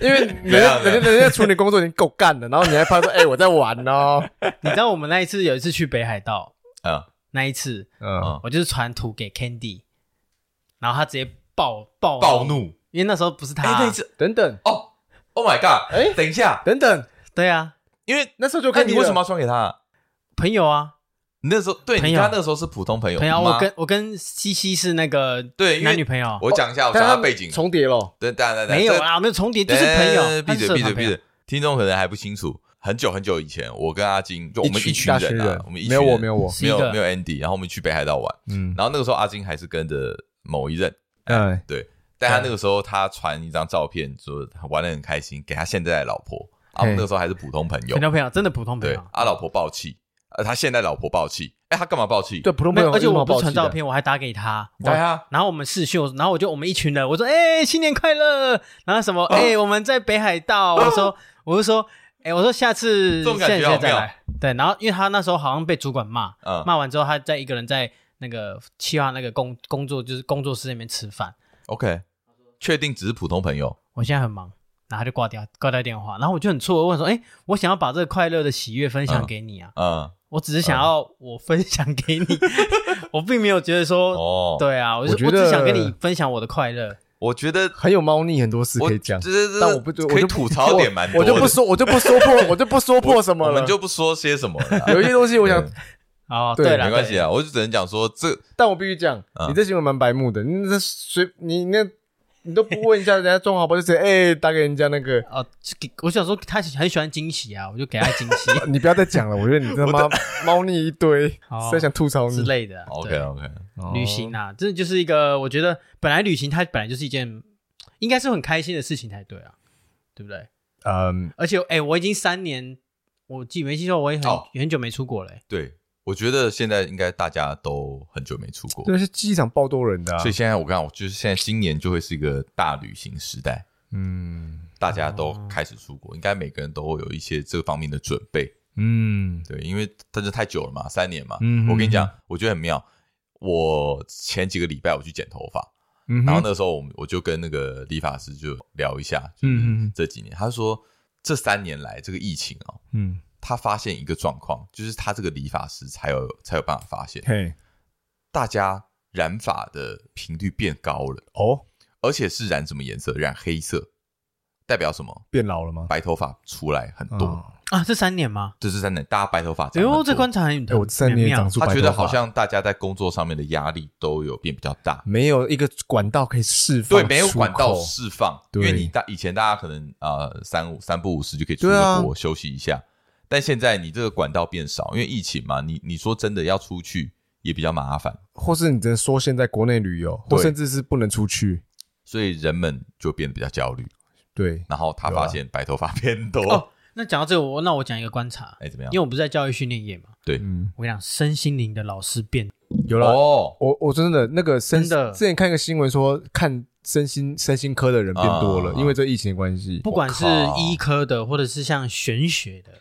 Speaker 1: 因为人
Speaker 2: 怎
Speaker 1: 家
Speaker 2: 样
Speaker 1: 人家人家处理工作已经够干了，然后你还怕说，哎，我在玩哦，
Speaker 3: 你知道我们那一次有一次去北海道，
Speaker 2: 嗯，
Speaker 3: 那一次
Speaker 1: 嗯，
Speaker 3: 我就是传图给 Candy，然后他直接暴暴
Speaker 2: 暴，怒，
Speaker 3: 因为那时候不是他，啊
Speaker 2: 哎，那一次
Speaker 1: 等等
Speaker 2: 哦，Oh my God，哎，
Speaker 1: 哎
Speaker 2: 等一下，
Speaker 1: 等等，
Speaker 3: 对啊，
Speaker 2: 因为
Speaker 1: 那时候就
Speaker 2: 那
Speaker 1: 看
Speaker 2: 哎你为什么要传给他？
Speaker 3: 朋友啊，
Speaker 2: 你那时候对，
Speaker 3: 朋
Speaker 2: 你
Speaker 3: 友
Speaker 2: 跟他那个时候是普通朋友，
Speaker 3: 朋友啊，
Speaker 2: 吗
Speaker 3: 我跟我跟西西是那个
Speaker 2: 对因为
Speaker 3: 男女朋友，
Speaker 2: 我讲一下，我
Speaker 1: 但
Speaker 2: 讲
Speaker 1: 他
Speaker 2: 他
Speaker 1: 们
Speaker 2: 背景，
Speaker 1: 重叠了，
Speaker 2: 对，大家
Speaker 3: 没有啊，没有重叠，就是朋友，
Speaker 2: 闭嘴哎
Speaker 3: 他是
Speaker 2: 闭
Speaker 3: 社
Speaker 2: 嘴
Speaker 3: 团朋
Speaker 2: 闭
Speaker 3: 友
Speaker 2: 嘴，哦听众可能还不清楚，很久很久以前，我跟阿金就我们群
Speaker 1: 大群
Speaker 2: 啊，我们一群
Speaker 1: 没有我
Speaker 2: 人
Speaker 1: 没有我，
Speaker 3: 是
Speaker 2: 没
Speaker 3: 一
Speaker 2: 有
Speaker 3: 个
Speaker 2: 没有 Andy，然后我们去北海道玩，
Speaker 1: 嗯
Speaker 2: 然后那个时候阿金还是跟着某一任，
Speaker 1: 嗯，
Speaker 2: 对，但他那个时候他传一张照片说他玩的很开心，给他现在的老婆，啊，我们
Speaker 1: 嘿
Speaker 2: 那个时候还是普通朋友
Speaker 3: 普，通朋友，真的普通朋
Speaker 2: 对
Speaker 3: 友，。
Speaker 2: 啊，老婆爆气，呃，他现在老婆爆气，哎，他干嘛爆气？
Speaker 1: 对，普通
Speaker 3: 没
Speaker 1: 朋友
Speaker 3: 有，而且
Speaker 1: 有什么
Speaker 3: 我
Speaker 1: 好
Speaker 3: 不是
Speaker 1: 抱
Speaker 3: 传
Speaker 1: 气的
Speaker 3: 照，片，我还打给他，我
Speaker 2: 对啊，
Speaker 3: 然后我们视讯，然后我就我们一群人，我说：“哎、新年快乐！”然后什么？哎、我们在北海道。我说：“ 我就说，哎、我说下次
Speaker 2: 这种感觉
Speaker 3: 下次
Speaker 2: 好
Speaker 3: 再
Speaker 2: 妙
Speaker 3: 来。”对，然后因为他那时候好像被主管骂，
Speaker 2: 嗯
Speaker 3: 骂完之后，他在一个人在那个企划那个工工作就是工作室那边吃饭。
Speaker 2: ，OK，确定只是普通朋友，
Speaker 3: 我现在很忙，然后他就挂掉挂掉电话，然后我就很错愕，问说：“哎、我想要把这个快乐的喜悦分享
Speaker 2: 嗯
Speaker 3: 给你啊，
Speaker 2: 嗯，
Speaker 3: 我只是想要我分享给你，我并没有觉得说。”
Speaker 2: 哦，
Speaker 3: 对啊，我
Speaker 1: 我
Speaker 3: 就
Speaker 1: 觉
Speaker 3: 我只想跟
Speaker 1: 得
Speaker 3: 你分享我的快乐。
Speaker 2: 我觉得
Speaker 1: 很有猫腻，很多事
Speaker 2: 我
Speaker 1: 可以讲
Speaker 2: 这，这
Speaker 1: 但我不
Speaker 2: 这
Speaker 1: 我
Speaker 2: 呃可以
Speaker 1: 就不
Speaker 2: 吐槽点蛮多
Speaker 1: 我
Speaker 2: 的，
Speaker 1: 就不说，我就不说破，我就不说破什么
Speaker 2: 我
Speaker 1: 了
Speaker 2: 们。就不嗯说些什么了 啦。
Speaker 1: 有一些东 西，我想
Speaker 2: 对，
Speaker 3: 哦，
Speaker 1: 对
Speaker 3: 了，
Speaker 2: 没关系
Speaker 3: 对
Speaker 2: 啊，我就只能讲说这
Speaker 1: 但我必须讲
Speaker 2: 啊，
Speaker 1: 你这行为蛮白目的，你这随你那，你都不问一下人家装好不好，就直接哎打给人家那个，
Speaker 3: 哦，就给我想说他很喜欢惊喜啊，我就给他惊 喜
Speaker 1: 你不要再讲了，我觉得你他妈猫腻一堆，
Speaker 3: 哦
Speaker 1: 实在想吐槽
Speaker 3: 之
Speaker 1: 你。
Speaker 3: 类的。啊
Speaker 2: OK
Speaker 3: 对
Speaker 1: 啊
Speaker 2: OK，
Speaker 1: 哦
Speaker 3: 旅行啊，这就是一个我觉得本来旅行它本来就是一件应该是很开心的事情才对啊，对不对？
Speaker 1: 嗯，
Speaker 3: 而且哎，我已经三年，我记没记错，我也很
Speaker 2: 哦
Speaker 3: 很久没出国了。哎
Speaker 2: 对，我觉得现在应该大家都很久没出国，
Speaker 1: 这是机场爆多人的啊，
Speaker 2: 所以现在我看我就是现在今年就会是一个大旅行时代，
Speaker 1: 嗯
Speaker 2: 大家都开始出国，应该每个人都会有一些这方面的准备。
Speaker 1: 嗯，
Speaker 2: 对，因为但是太久了嘛，三年嘛。
Speaker 1: 嗯
Speaker 2: 我跟你讲，我觉得很妙。我前几个礼拜我去剪头发，
Speaker 1: 然
Speaker 2: 然后那时候我们我就跟那个理发师就聊一下，就
Speaker 1: 嗯嗯
Speaker 2: 是
Speaker 1: 嗯
Speaker 2: 这几年，他说这三年来这个疫情哦，
Speaker 1: 嗯，
Speaker 2: 他发现一个状况，就是他这个理发师才有才有办法发现，
Speaker 1: 嘿，
Speaker 2: 大家染发的频率变高了，
Speaker 1: 哦，
Speaker 2: 而且是染什么颜色？染黑色，代表什么？
Speaker 1: 变老了吗？
Speaker 2: 白头发出来很
Speaker 1: 嗯
Speaker 2: 多，
Speaker 3: 啊，这三年吗？
Speaker 2: 这是真的，大家白头发
Speaker 3: 哎
Speaker 2: 长很多。
Speaker 3: 呦，这观察很
Speaker 1: 哦哎，我三年也长
Speaker 3: 妙。
Speaker 1: 出白
Speaker 2: 他
Speaker 1: 头发，
Speaker 2: 觉得好像大家在工作上面的压力都有变比较大，
Speaker 1: 没有一个管道可以释放，
Speaker 2: 对，没有管道释放，因
Speaker 1: 对
Speaker 2: 为你大以前大家可能呃三五三不五时就可以出
Speaker 1: 对
Speaker 2: 个
Speaker 1: 啊
Speaker 2: 国休息一下，但现在你这个管道变少，因为疫情嘛，你你说真的要出去也比较麻烦，
Speaker 1: 或是你只能缩限在国内旅游，
Speaker 2: 对
Speaker 1: 或甚至是不能出去。
Speaker 2: 所以人们就变得比较焦虑。
Speaker 1: 对，
Speaker 2: 然后他
Speaker 1: 有啊
Speaker 2: 发现白头发变多，
Speaker 3: 哦那讲到这个，我那我讲一个观察，
Speaker 2: 哎，怎么样
Speaker 3: 因为？我不是在教育训练业嘛，
Speaker 1: 嗯，
Speaker 3: 我跟你讲，身心灵的老师变
Speaker 1: 有了。
Speaker 2: 哦，
Speaker 1: 我我真的那个身
Speaker 3: 真的
Speaker 1: 之前看一个新闻说，看身心身心科的人变多了，
Speaker 2: 啊
Speaker 1: 因为这疫情的关系。
Speaker 3: 不管是
Speaker 2: 我靠
Speaker 3: 医科的，或者是像玄学的，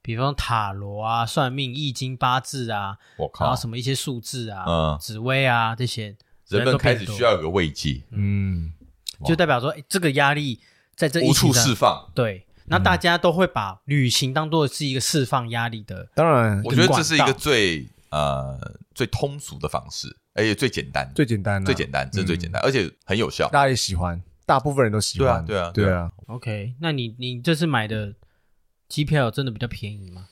Speaker 3: 比方塔罗啊、算命、易经、八字啊，
Speaker 2: 我
Speaker 3: 然
Speaker 2: 靠
Speaker 3: 后，什么一些数字啊、
Speaker 2: 嗯
Speaker 3: 紫薇啊这些，
Speaker 2: 人
Speaker 3: 都
Speaker 2: 们开
Speaker 3: 变
Speaker 2: 始
Speaker 3: 多
Speaker 2: 需要有个慰藉，
Speaker 1: 嗯，
Speaker 3: 就代表说，哎，这个压力在这一
Speaker 2: 无处释放。嗯
Speaker 3: 对。那大家都会把旅行当做是一个释放压力的，
Speaker 1: 当然
Speaker 2: 我觉得这
Speaker 3: 管
Speaker 2: 是一个
Speaker 3: 道
Speaker 2: 最呃最通俗的方式，而且最简单，
Speaker 1: 最简单、啊，
Speaker 2: 最简单，这是最简单，而且很有效。
Speaker 1: 大家也喜欢，大部分人都喜欢。
Speaker 2: 对啊对啊
Speaker 1: 对
Speaker 2: 对
Speaker 1: 啊，
Speaker 3: OK，那你你这次买的机票真的比较便宜吗？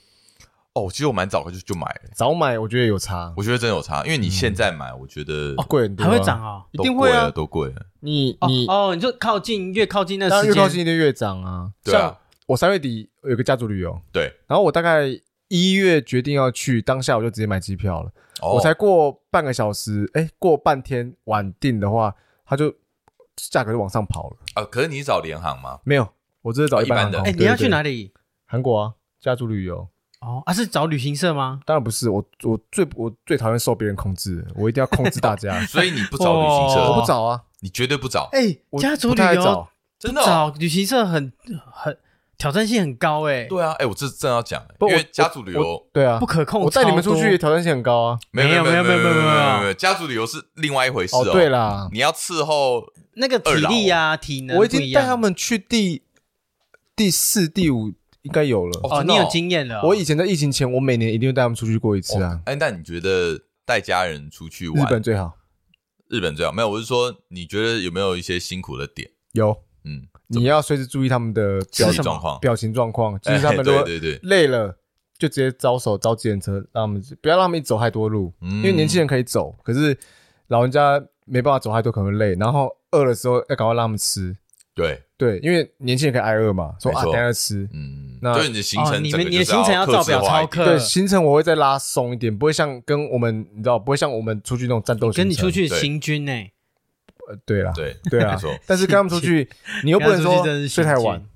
Speaker 2: 哦，其实我蛮早就就买了，
Speaker 1: 早买我觉得有差，啊
Speaker 2: 我觉得真有差，因为你现在买，我觉得
Speaker 1: 贵很多、
Speaker 2: 啊
Speaker 3: 还会涨，哦。
Speaker 1: 嗯一
Speaker 2: 都
Speaker 1: 定会
Speaker 2: 贵了，
Speaker 1: 啊。
Speaker 2: 都贵了。
Speaker 1: 你
Speaker 3: 哦
Speaker 1: 你
Speaker 3: 哦，你就靠近越靠近那
Speaker 1: 当然
Speaker 3: 时
Speaker 1: 越
Speaker 3: 间，
Speaker 1: 高兴一定越涨啊。
Speaker 2: 对啊，
Speaker 1: 我三月底有个家族旅游，
Speaker 2: 对，
Speaker 1: 然后我大概一月决定要去，当下我就直接买机票了。
Speaker 2: 哦
Speaker 1: 我才过半个小时，哎、过半天晚定的话，它就价格就往上跑了。
Speaker 2: 啊，可是你找联航 吗？
Speaker 1: 没有，我这是找一般
Speaker 2: 一
Speaker 1: 航
Speaker 2: 般的
Speaker 1: 空。
Speaker 3: 哎、
Speaker 2: 哎。
Speaker 3: 你要去哪
Speaker 1: 里？
Speaker 3: 里？
Speaker 1: 韩国啊，家族旅游。
Speaker 3: 哦，啊，是找旅行社吗？
Speaker 1: 当然不是，我我最我最讨厌受别人控制了，我一定要控制大 家
Speaker 2: 所以你不找旅行
Speaker 3: 哦
Speaker 2: 社，
Speaker 1: 我不找啊，
Speaker 2: 你绝对不找，
Speaker 3: 哎、
Speaker 1: 我
Speaker 3: 家族
Speaker 1: 不
Speaker 3: 旅
Speaker 1: 太爱
Speaker 3: 游
Speaker 1: 找。
Speaker 2: 真的哦。
Speaker 3: 找旅行社很很挑战性很高哎、
Speaker 2: 对啊，哎，我这正要讲，
Speaker 1: 欸不
Speaker 2: 因为
Speaker 1: 我
Speaker 2: 家族旅游
Speaker 1: 对啊
Speaker 3: 不，可控。
Speaker 1: 我带你们出去，挑战性很高啊。
Speaker 2: 没有
Speaker 3: 没有
Speaker 2: 没
Speaker 3: 没有没有没有
Speaker 2: 没有，家族旅游是另外一回事
Speaker 1: 哦，对啦，
Speaker 2: 你要伺候哦
Speaker 3: 那个体力啊、体能
Speaker 1: 我
Speaker 3: 不
Speaker 1: 已经
Speaker 3: 一样
Speaker 1: 带他们去第第四、第五应该有了。
Speaker 2: 哦
Speaker 3: 哦，
Speaker 2: 真的
Speaker 3: 你
Speaker 2: 哦
Speaker 3: 有经验了哦、
Speaker 1: 我以前在疫情前，我每年一定会带他们出去过一次啊
Speaker 2: 哦。哎，那你觉得带家人出去
Speaker 1: 日
Speaker 2: 玩，
Speaker 1: 本最好，
Speaker 2: 日本最好？没有，我是说，你觉得有没有一些辛苦的点？
Speaker 1: 有
Speaker 2: 嗯，
Speaker 1: 你要随时注意他们的表
Speaker 2: 身体
Speaker 1: 情
Speaker 3: 什么
Speaker 2: 状况，
Speaker 1: 表情状况，就是他
Speaker 2: 哎
Speaker 1: 们如
Speaker 2: 对
Speaker 1: 果
Speaker 2: 对对，
Speaker 1: 累了就直接招手招计程车，让他们不要让他们一走太多路。
Speaker 2: 因
Speaker 1: 因为年轻人可以走，可是老人家没办法走太多，可能会累。然后饿的时候要赶快让他们吃，
Speaker 2: 对，
Speaker 1: 对，因为年轻人可以挨饿嘛，说
Speaker 2: 没
Speaker 1: 啊
Speaker 2: 错
Speaker 1: 等一下吃。
Speaker 2: 嗯，
Speaker 1: 那
Speaker 2: 所以你的行
Speaker 3: 哦
Speaker 2: 程，
Speaker 3: 你
Speaker 2: 整
Speaker 3: 们
Speaker 2: 个
Speaker 3: 你的
Speaker 2: 就是
Speaker 3: 行程要照
Speaker 2: 克制
Speaker 3: 表
Speaker 2: 化一
Speaker 3: 超
Speaker 2: 点
Speaker 3: 课，
Speaker 1: 对，行程我会再拉松一点，不会像跟我们你知道，不会像我们出去那种战斗行程。
Speaker 3: 跟你出去
Speaker 2: 对
Speaker 3: 行军欸呢、
Speaker 1: 呃，对啦，
Speaker 2: 对
Speaker 1: 对啊
Speaker 2: 没错，
Speaker 1: 但是跟他们 出去，你又不能
Speaker 3: 跟他出
Speaker 1: 说
Speaker 3: 去真的是
Speaker 1: 睡太
Speaker 3: 行
Speaker 1: 晚
Speaker 3: 军，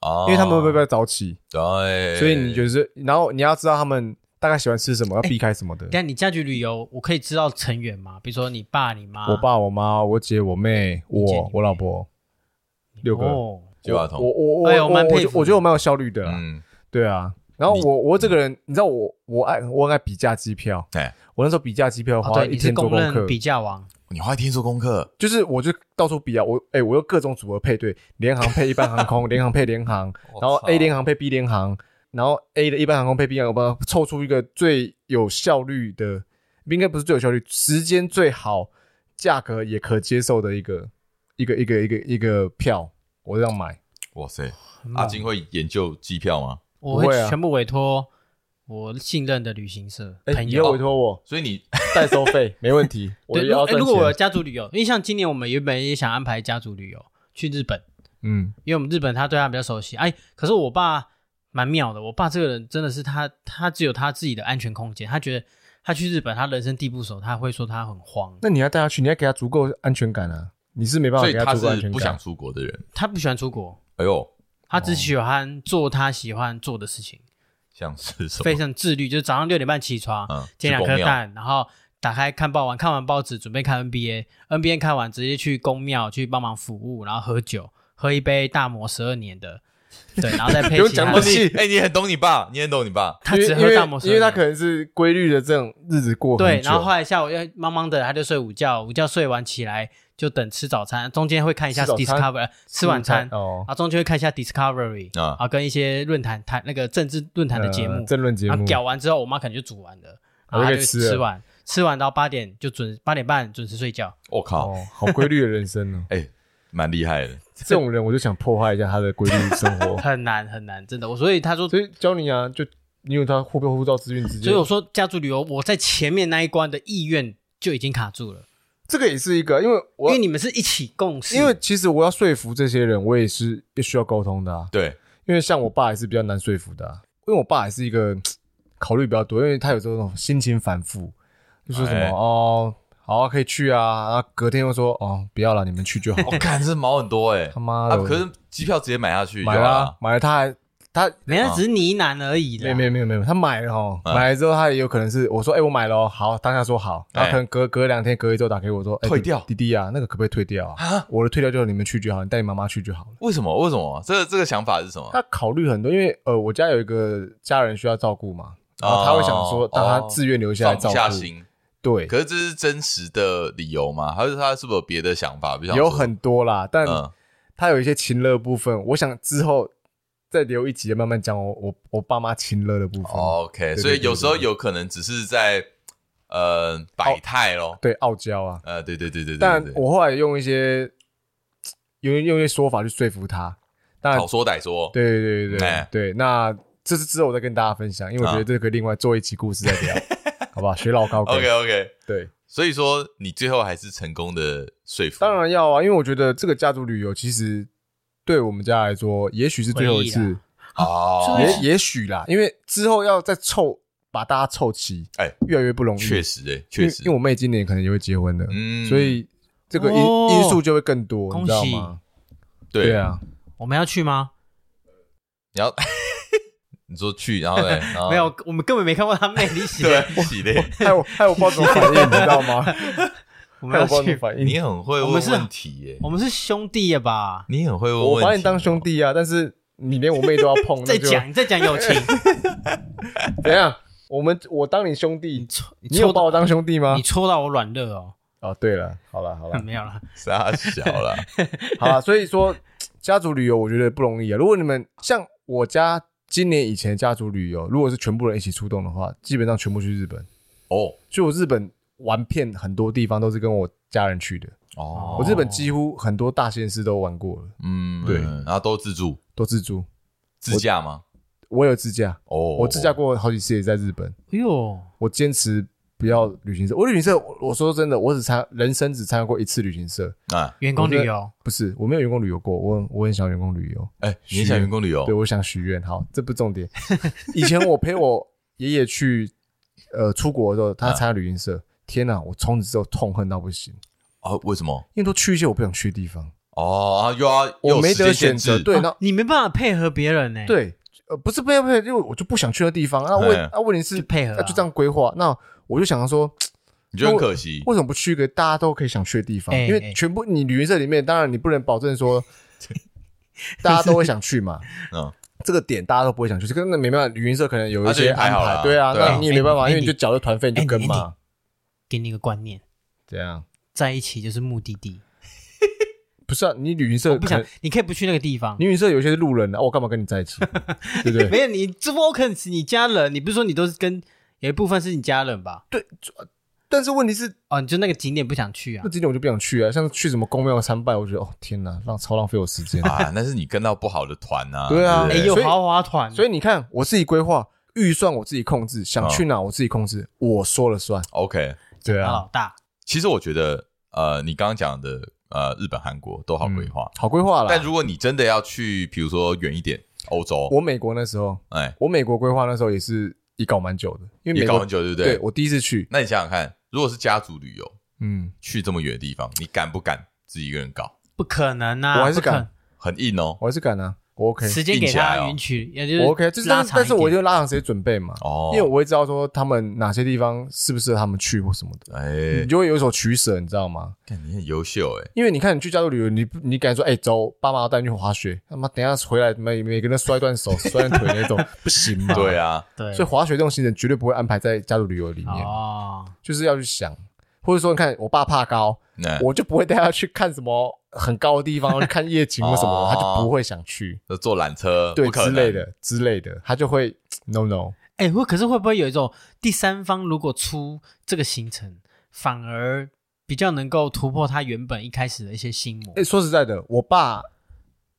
Speaker 2: 啊，
Speaker 1: 因为他们会不会早起，
Speaker 2: 对，
Speaker 1: 所以你就是，然后你要知道他们大概喜欢吃什
Speaker 3: 哎
Speaker 1: 么，要避开什么的。
Speaker 3: 但你家居旅游，我可以知道成员吗？比如说你爸、你妈、
Speaker 1: 我爸、我妈、我姐、我妹、
Speaker 3: 你姐
Speaker 1: 我
Speaker 3: 你、
Speaker 1: 我老婆，六个。
Speaker 3: 哦，
Speaker 2: 九话筒
Speaker 1: 我我我
Speaker 3: 哎呦
Speaker 1: 我
Speaker 3: 蛮
Speaker 1: 我
Speaker 3: 佩
Speaker 1: 觉
Speaker 3: 服
Speaker 1: 我觉得我蛮有效率的啊，
Speaker 2: 啊嗯，
Speaker 1: 对啊。然后
Speaker 2: 你
Speaker 1: 我我这个人，你知道我我爱我很爱比价机票，
Speaker 2: 哎，
Speaker 1: 我那时候比价机票
Speaker 3: 哦
Speaker 1: 花
Speaker 3: 对，
Speaker 1: 一
Speaker 3: 你是
Speaker 1: 天做
Speaker 3: 公
Speaker 1: 功
Speaker 3: 认
Speaker 1: 课，
Speaker 3: 比价王，
Speaker 2: 你花一天做功课，
Speaker 1: 就是我就到处比啊，我哎我又各种组合配对，联航配一般 航空，联航配联航，然后 A 联航配 B 联航，然后 A 的一般航空配 B 联航，我凑出一个最有效率的，应该不是最有效率，时间最好，价格也可接受的一个一个一个一个一个票，我这样买。
Speaker 2: 哇塞，
Speaker 3: 很猛
Speaker 2: 阿金会研究机票吗？
Speaker 3: 嗯我
Speaker 1: 不会啊
Speaker 3: 会全部委托我信任的旅行社
Speaker 1: 哎，
Speaker 3: 朋
Speaker 1: 以后委
Speaker 3: 友。
Speaker 1: 托我，
Speaker 2: 所以你
Speaker 1: 代收费没 问题，我
Speaker 3: 对，
Speaker 1: 也
Speaker 3: 如
Speaker 1: 要
Speaker 3: 哎
Speaker 1: 赚
Speaker 3: 如果我有
Speaker 1: 钱。
Speaker 3: 家族旅游，因为像今年我们原本也想安排家族旅游去日本，
Speaker 1: 嗯，
Speaker 3: 因为我们日本他对他比较熟悉。哎，可是我爸蛮妙的，我爸这个人真的是他，他只有他自己的安全空间，他觉得他去日本他人生地不熟，他会说他很慌，
Speaker 1: 那你要带他去，你要给他足够安全感啊！你是没办法
Speaker 2: 所以
Speaker 1: 给
Speaker 2: 他
Speaker 1: 足够安
Speaker 2: 是
Speaker 1: 全
Speaker 2: 不想
Speaker 1: 感。
Speaker 2: 出国的人。
Speaker 3: 他不喜欢出国，
Speaker 2: 哎呦，
Speaker 3: 他
Speaker 1: 哦
Speaker 3: 只喜欢做他喜欢做的事情，
Speaker 2: 像是什
Speaker 3: 非
Speaker 2: 么？
Speaker 3: 常自律，就是早上六点半起床，
Speaker 2: 嗯，
Speaker 3: 煎
Speaker 2: 去
Speaker 3: 两
Speaker 2: 公
Speaker 3: 颗
Speaker 2: 庙，
Speaker 3: 蛋，然后打开看报完，看完报纸准备看 NBA，NBA 看完直接去公庙去帮忙服务，然后喝酒，喝一杯大魔十二年的，对，然后再 配
Speaker 1: 不用
Speaker 3: 其
Speaker 1: 讲
Speaker 3: 他
Speaker 1: 那
Speaker 2: 哦
Speaker 1: 么细
Speaker 2: 你
Speaker 3: 的。
Speaker 2: 哎，你很懂你爸，你很懂你爸。
Speaker 3: 他
Speaker 1: 因为
Speaker 3: 只喝大魔十
Speaker 1: 因
Speaker 3: 二
Speaker 1: 为
Speaker 3: 年，
Speaker 1: 因为他可能是规律的这种日子过很
Speaker 3: 对，
Speaker 1: 久
Speaker 3: 然后后来下午又茫茫的，他就睡午觉，午觉睡完起来就等吃早餐，中间会看一下
Speaker 1: 吃早餐
Speaker 3: Discover 呃吃晚餐，
Speaker 1: 哦
Speaker 3: 然，后中间会看一下 Discovery
Speaker 2: 啊
Speaker 3: 啊，跟一些论坛谈那个政治论坛的节
Speaker 1: 呃
Speaker 3: 目，
Speaker 1: 政论节
Speaker 3: 然
Speaker 1: 目
Speaker 3: 后，屌完之后，我妈可能就煮完了，然后
Speaker 1: 然后
Speaker 3: 她
Speaker 1: 就
Speaker 3: 就
Speaker 1: 吃了
Speaker 3: 吃完，吃完到八点就准八点半准时睡觉。
Speaker 2: 我靠，。
Speaker 1: 哦，好规律的人生哦
Speaker 2: 哎，蛮厉害的。
Speaker 1: 这种人我就想破坏一下他的规律生 活，
Speaker 3: 很难很难，真的。我所以他说，
Speaker 1: 所以教你啊，就你有他护不护照资讯之
Speaker 3: 所
Speaker 1: 间
Speaker 3: 以，我说家族旅游，我在前面那一关的意愿就已经卡住了，
Speaker 1: 这个也是一个，因为
Speaker 3: 因
Speaker 1: 我
Speaker 3: 为你们是一起共事，
Speaker 1: 因为其实我要说服这些人，我也是需要沟通的啊。
Speaker 2: 对，
Speaker 1: 因为像我爸也是比较难说服的啊、因为我爸也是一个考虑比较多，因为他有时候那种心情反复，就说什么、
Speaker 2: 哎
Speaker 1: 哦，好啊，可以去啊，然后隔天又说哦，不要了，你 们去就好。
Speaker 2: 哦我看这毛很多哎，
Speaker 1: 他妈
Speaker 2: 啊
Speaker 1: 的，，
Speaker 2: 可是机票直接买下去就
Speaker 1: 买啊
Speaker 2: 好
Speaker 3: 啊
Speaker 1: 啦
Speaker 2: 了，
Speaker 1: 买了，他还他
Speaker 3: 没有，只是呢喃而已
Speaker 1: 没
Speaker 3: 啦。
Speaker 1: 有没有没有没有，他买了哦，
Speaker 2: 嗯
Speaker 1: 买了之后他也有可能是我说，哎、我买了哦，好，当下说好，然
Speaker 2: 哎
Speaker 1: 后可能隔隔两天、隔一周打给我说，哎
Speaker 2: 退掉
Speaker 1: 弟弟弟啊，那个可不可以退掉啊？
Speaker 2: 啊？
Speaker 1: 我的退掉就是你们去就好，你带你妈妈去就好了。
Speaker 2: 为什么？为什么？这这个想法是什么？
Speaker 1: 他考虑很多，因为呃，我家有一个家人需要照顾嘛，然后他会想说
Speaker 2: 哦，
Speaker 1: 让他自愿留下来
Speaker 2: 放
Speaker 1: 照
Speaker 2: 不
Speaker 1: 顾。
Speaker 2: 下心。
Speaker 1: 对，
Speaker 2: 可是这是真实的理由吗？还是他是不是有别的想法？比如想说
Speaker 1: 有很多啦，但
Speaker 2: 嗯
Speaker 1: 他有一些情乐部分，我想之后再留一集慢慢讲我我我爸妈情乐的部分。
Speaker 2: 哦 OK，
Speaker 1: 对
Speaker 2: 所以
Speaker 1: 对
Speaker 2: 有时候
Speaker 1: 对对
Speaker 2: 有可能只是在呃摆态咯。
Speaker 1: 对，傲娇啊，
Speaker 2: 呃，对对对对对，
Speaker 1: 但
Speaker 2: 对对
Speaker 1: 我后来用一些用用一些说法去说服他。当然
Speaker 2: 好，说歹说，
Speaker 1: 对对对对
Speaker 2: 哎啊
Speaker 1: 对对，那这是之后我再跟大家分享，因为我觉得这个另外做一期故事再 聊，好不好？学老高跟
Speaker 2: OK OK，
Speaker 1: 对，
Speaker 2: 所以说你最后还是成功的说服，
Speaker 1: 当然要啊，因为我觉得这个家族旅游其实对我们家来说，也许是最后一
Speaker 3: 回忆
Speaker 1: 次，
Speaker 2: 哦，
Speaker 3: 对
Speaker 1: 也也许啦，因为之后要再凑把大家凑齐，
Speaker 2: 哎
Speaker 1: 越来越不容易，
Speaker 2: 确实哎，确实
Speaker 1: 因为因为，我妹今年可能也会结婚了，
Speaker 2: 嗯
Speaker 1: 所以这个因、
Speaker 3: 哦
Speaker 1: 因素就会更多，
Speaker 3: 恭
Speaker 1: 你
Speaker 3: 喜
Speaker 1: 知道吗？
Speaker 2: 对，
Speaker 1: 啊，
Speaker 3: 我们要去吗？
Speaker 2: 你要 你说去，然后嘞，然后
Speaker 3: 没有，我们根本没看过他妹你写，
Speaker 2: 对洗嘞，
Speaker 1: 害我害我不知道怎么反应，你知道吗？
Speaker 3: 我们
Speaker 1: 害我
Speaker 3: 要
Speaker 1: 不知道怎么
Speaker 3: 去，
Speaker 1: 反
Speaker 2: 你
Speaker 1: 应。
Speaker 2: 很会
Speaker 3: 我们
Speaker 2: 问
Speaker 3: 是
Speaker 2: 问题耶，
Speaker 3: 我们是兄弟呀吧？
Speaker 2: 你很会问
Speaker 1: 我
Speaker 2: 问题，
Speaker 1: 把你当兄，弟啊，但是你连我妹都要碰，
Speaker 3: 哦再
Speaker 1: 那就
Speaker 3: 讲，再讲友 情，
Speaker 1: 怎样？我们我当你兄弟
Speaker 3: 你，戳，
Speaker 1: 你
Speaker 3: 戳
Speaker 1: 有
Speaker 3: 到
Speaker 1: 把我当兄弟吗
Speaker 3: 你？戳到我软肋哦，
Speaker 1: 哦，对了，好了好了
Speaker 3: 没有了，
Speaker 2: 傻小了，
Speaker 1: 好了，所以说家族旅游我觉得不容易啊。如果你们像我家今年以前的家族旅游，如果是全部人一起出动的话，基本上全部去日本。
Speaker 2: 哦
Speaker 1: 所以我日本玩遍很多地方都是跟我家人去的，
Speaker 2: 哦，
Speaker 1: 我日本几乎很多大县市都玩过了，
Speaker 2: 嗯，
Speaker 1: 对
Speaker 2: 嗯然后都自助
Speaker 1: 都自助。
Speaker 2: 自驾吗？
Speaker 1: 我有自驾，
Speaker 2: 哦，
Speaker 1: 我自驾过好几次，也在日本。
Speaker 3: 哎呦，
Speaker 1: 我坚持不要旅行社。我旅行社，我我说真的，我只参人生只参加过一次旅行社，
Speaker 2: 啊，
Speaker 3: 员工
Speaker 1: 我觉得
Speaker 3: 旅游，
Speaker 1: 不是我没有员工旅游过。我很我很想员工旅游，
Speaker 2: 哎，你也想员工旅游
Speaker 1: 对，我想许愿。好，这不重点。以前我陪我爷爷去呃出国的时候，他参加旅行
Speaker 2: 啊
Speaker 1: 社，天哪，我从此之后痛恨到不行，
Speaker 2: 哦？为什么？
Speaker 1: 因为都去一些我不想去的地方，
Speaker 2: 哦，啊又要又
Speaker 1: 我
Speaker 2: 有
Speaker 1: 没
Speaker 2: 时
Speaker 1: 得
Speaker 2: 间限
Speaker 1: 选择。
Speaker 2: 制，
Speaker 1: 对，
Speaker 3: 哦
Speaker 1: 那、
Speaker 3: 你没办法配合别人呢，，
Speaker 1: 对，呃，不是不要配，因为我就不想去的地方。那问
Speaker 2: 哎
Speaker 1: 那问题是
Speaker 3: 就配合
Speaker 1: 那
Speaker 3: 啊
Speaker 1: 就这样规划。那我就想着说。
Speaker 2: 你觉得很可惜
Speaker 1: 为什么不去一个大家都可以想去的地方？
Speaker 3: 哎
Speaker 1: 因
Speaker 3: 哎
Speaker 1: 为全部你旅行社里面，当然你不能保 证说大家都会想去嘛。
Speaker 2: 嗯，
Speaker 1: 这个点大家都不会想去，这个那没办法，旅行社可能有一些
Speaker 2: 那就已经排
Speaker 1: 安
Speaker 2: 好了
Speaker 1: 排，对啊，
Speaker 2: 对啊。
Speaker 1: 那你也没办法，
Speaker 3: 哎
Speaker 1: 因为你就缴了团费你就跟
Speaker 3: 哎你
Speaker 1: 嘛，
Speaker 3: 给你一个观念，
Speaker 1: 这样
Speaker 3: 在一起就是目的地，
Speaker 1: 不是啊？你旅行社
Speaker 3: 我不
Speaker 1: 可能
Speaker 3: 想，你可以不去那个地方
Speaker 1: 你。旅行社有些是路人啊，我干嘛跟你在 一起？对不对？
Speaker 3: 没有，你这 w o l c a n 你家人，你不是说你都是跟有一部分是你家人吧？
Speaker 1: 但是问题是，
Speaker 3: 哦，你就那个景点不想去啊
Speaker 1: 那？几点我就不想去啊，像去什么公庙参拜，我觉得哦天哪，浪超浪费我时间
Speaker 2: 啊，那是你跟到不好的团啊。
Speaker 1: 对啊
Speaker 2: 不
Speaker 3: 哎，
Speaker 1: 对
Speaker 3: 有
Speaker 1: 所以
Speaker 3: 豪华团，啊
Speaker 1: 所以你看，我自己规划预算，我自己控制，想去哪我自己控制，我说了算。
Speaker 2: OK，
Speaker 1: 对
Speaker 3: 啊
Speaker 1: 啊，
Speaker 3: 老大，
Speaker 2: 其实我觉得呃，你刚刚讲的呃，日本、韩国都好规划，
Speaker 1: 好规划啦。
Speaker 2: 但如果你真的要去，比如说远一点，欧洲，
Speaker 1: 我美国那时候，
Speaker 2: 哎，
Speaker 1: 我美国规划那时候也是也搞蛮久的，因
Speaker 2: 也
Speaker 1: 为美
Speaker 2: 搞
Speaker 1: 国
Speaker 2: 很久，对不
Speaker 1: 对
Speaker 2: 对？
Speaker 1: 我第一次去，
Speaker 2: 那你想想看，如果是家族旅游，
Speaker 1: 嗯，
Speaker 2: 去这么远的地方，你敢不敢自己一个人搞？
Speaker 3: 不可能啊！
Speaker 1: 我还是
Speaker 3: 不可
Speaker 1: 敢
Speaker 2: 很硬哦。
Speaker 1: 我还是敢啊，我 OK，
Speaker 3: 时间
Speaker 2: 硬
Speaker 3: 给
Speaker 2: 起来
Speaker 3: 他
Speaker 2: 哦
Speaker 3: 允许，也就是
Speaker 1: 啊我 OK，就是
Speaker 3: 拉
Speaker 1: 但是
Speaker 3: 长
Speaker 1: 但是我
Speaker 3: 一点
Speaker 1: 就拉长时间准备嘛，
Speaker 2: 哦，
Speaker 1: 因为我会知道说他们哪些地方适不适合他们去或什么的，
Speaker 2: 哎
Speaker 1: 你，就会有所取舍，你知道吗？
Speaker 2: 看你很优秀哎，
Speaker 1: 因为你看你去加州旅游，你你敢说哎走，爸妈要带你去滑雪，他妈等一下回来每每个人摔断手、摔断腿那种，不行嘛？
Speaker 2: 对啊，
Speaker 3: 对，
Speaker 1: 所以滑雪这种行程绝对不会安排在加州旅游里面，
Speaker 3: 哦，
Speaker 1: 就是要去想，或者说你看我爸怕高，
Speaker 2: 那
Speaker 1: 我就不会带他去看什么很高的地方，去看夜景或什么
Speaker 2: 哦
Speaker 1: 的，他就不会想去，
Speaker 2: 就坐缆车，
Speaker 1: 对
Speaker 2: 不可
Speaker 1: 之
Speaker 2: 能
Speaker 1: 类的之类的，他就会 no no。
Speaker 3: 哎，会可是会不会有一种第三方如果出这个行程，反而比较能够突破他原本一开始的一些心魔
Speaker 1: 哎、？说实在的，我爸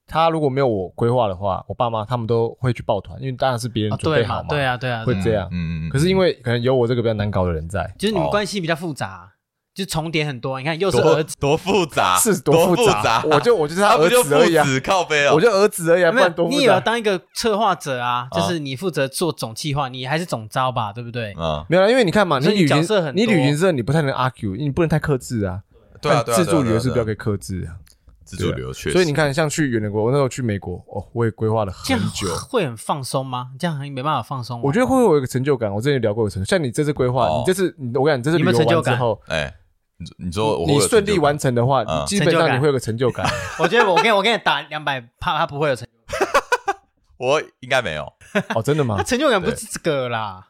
Speaker 1: 他如果没有我规划的话，我爸妈他们都会去抱团，因为当然是别
Speaker 3: 哦
Speaker 1: 人准
Speaker 3: 对
Speaker 1: 备好嘛。
Speaker 3: 对啊，对啊，
Speaker 1: 会
Speaker 3: 对啊
Speaker 1: 这样
Speaker 2: 嗯嗯嗯。
Speaker 1: 可是因为可能有我这个比较难搞的人在，
Speaker 3: 就是你们
Speaker 2: 哦
Speaker 3: 关系比较复杂，就重叠很多。你看，又是
Speaker 2: 多
Speaker 3: 儿子。
Speaker 2: 多复杂，
Speaker 1: 是
Speaker 2: 啊多
Speaker 1: 复
Speaker 2: 杂，啊
Speaker 1: 我就我就是
Speaker 2: 他
Speaker 1: 儿
Speaker 2: 不就
Speaker 1: 子
Speaker 2: 父
Speaker 1: 而已啊，
Speaker 2: 子靠背哦
Speaker 1: 我，就儿子而已啊，不
Speaker 3: 没有
Speaker 1: 然多，
Speaker 3: 你
Speaker 1: 复
Speaker 3: 也要
Speaker 1: 杂。
Speaker 3: 当一个策划者啊，
Speaker 2: 啊
Speaker 3: 就是你负责做总计划，你还是总招吧，对不对？
Speaker 2: 嗯，
Speaker 1: 没有啦，因为你看嘛，你
Speaker 3: 所以你
Speaker 1: 旅
Speaker 3: 角
Speaker 1: 行
Speaker 3: 色很多
Speaker 1: 你旅行社你不太能 argue，你不能太克制啊。
Speaker 2: 对啊，对啊
Speaker 1: 但自助
Speaker 2: 对啊
Speaker 1: 旅游是比
Speaker 2: 对啊
Speaker 1: 较可以克制啊。
Speaker 2: 自主旅游确实，
Speaker 1: 所以你看，像去远的国，我那时候去美国，哦，我也规划了
Speaker 3: 这
Speaker 1: 很
Speaker 3: 样哦
Speaker 1: 久。
Speaker 3: 会很放松吗？这样还没办法放松吗。
Speaker 1: 我觉得会有一个成就感。我之前有聊过有成就，像你这次规划，
Speaker 2: 哦
Speaker 1: 你这次你我跟你讲，你这
Speaker 3: 有
Speaker 1: 次旅
Speaker 3: 没有
Speaker 1: 游
Speaker 3: 成就
Speaker 1: 完之
Speaker 3: 感
Speaker 1: 后，
Speaker 2: 哎，你你说我会
Speaker 1: 你
Speaker 2: 有
Speaker 1: 顺
Speaker 2: 成
Speaker 1: 利
Speaker 2: 就
Speaker 1: 完成的话，
Speaker 2: 嗯
Speaker 1: 你基本
Speaker 3: 成就
Speaker 1: 上
Speaker 3: 感
Speaker 1: 你会有个成就感。
Speaker 3: 我觉得我跟我跟你打两百怕他不会有成就，
Speaker 2: 感，我应该没有。
Speaker 1: 哦，真的吗
Speaker 3: 他？成就感不
Speaker 2: 对
Speaker 3: 是这个啦。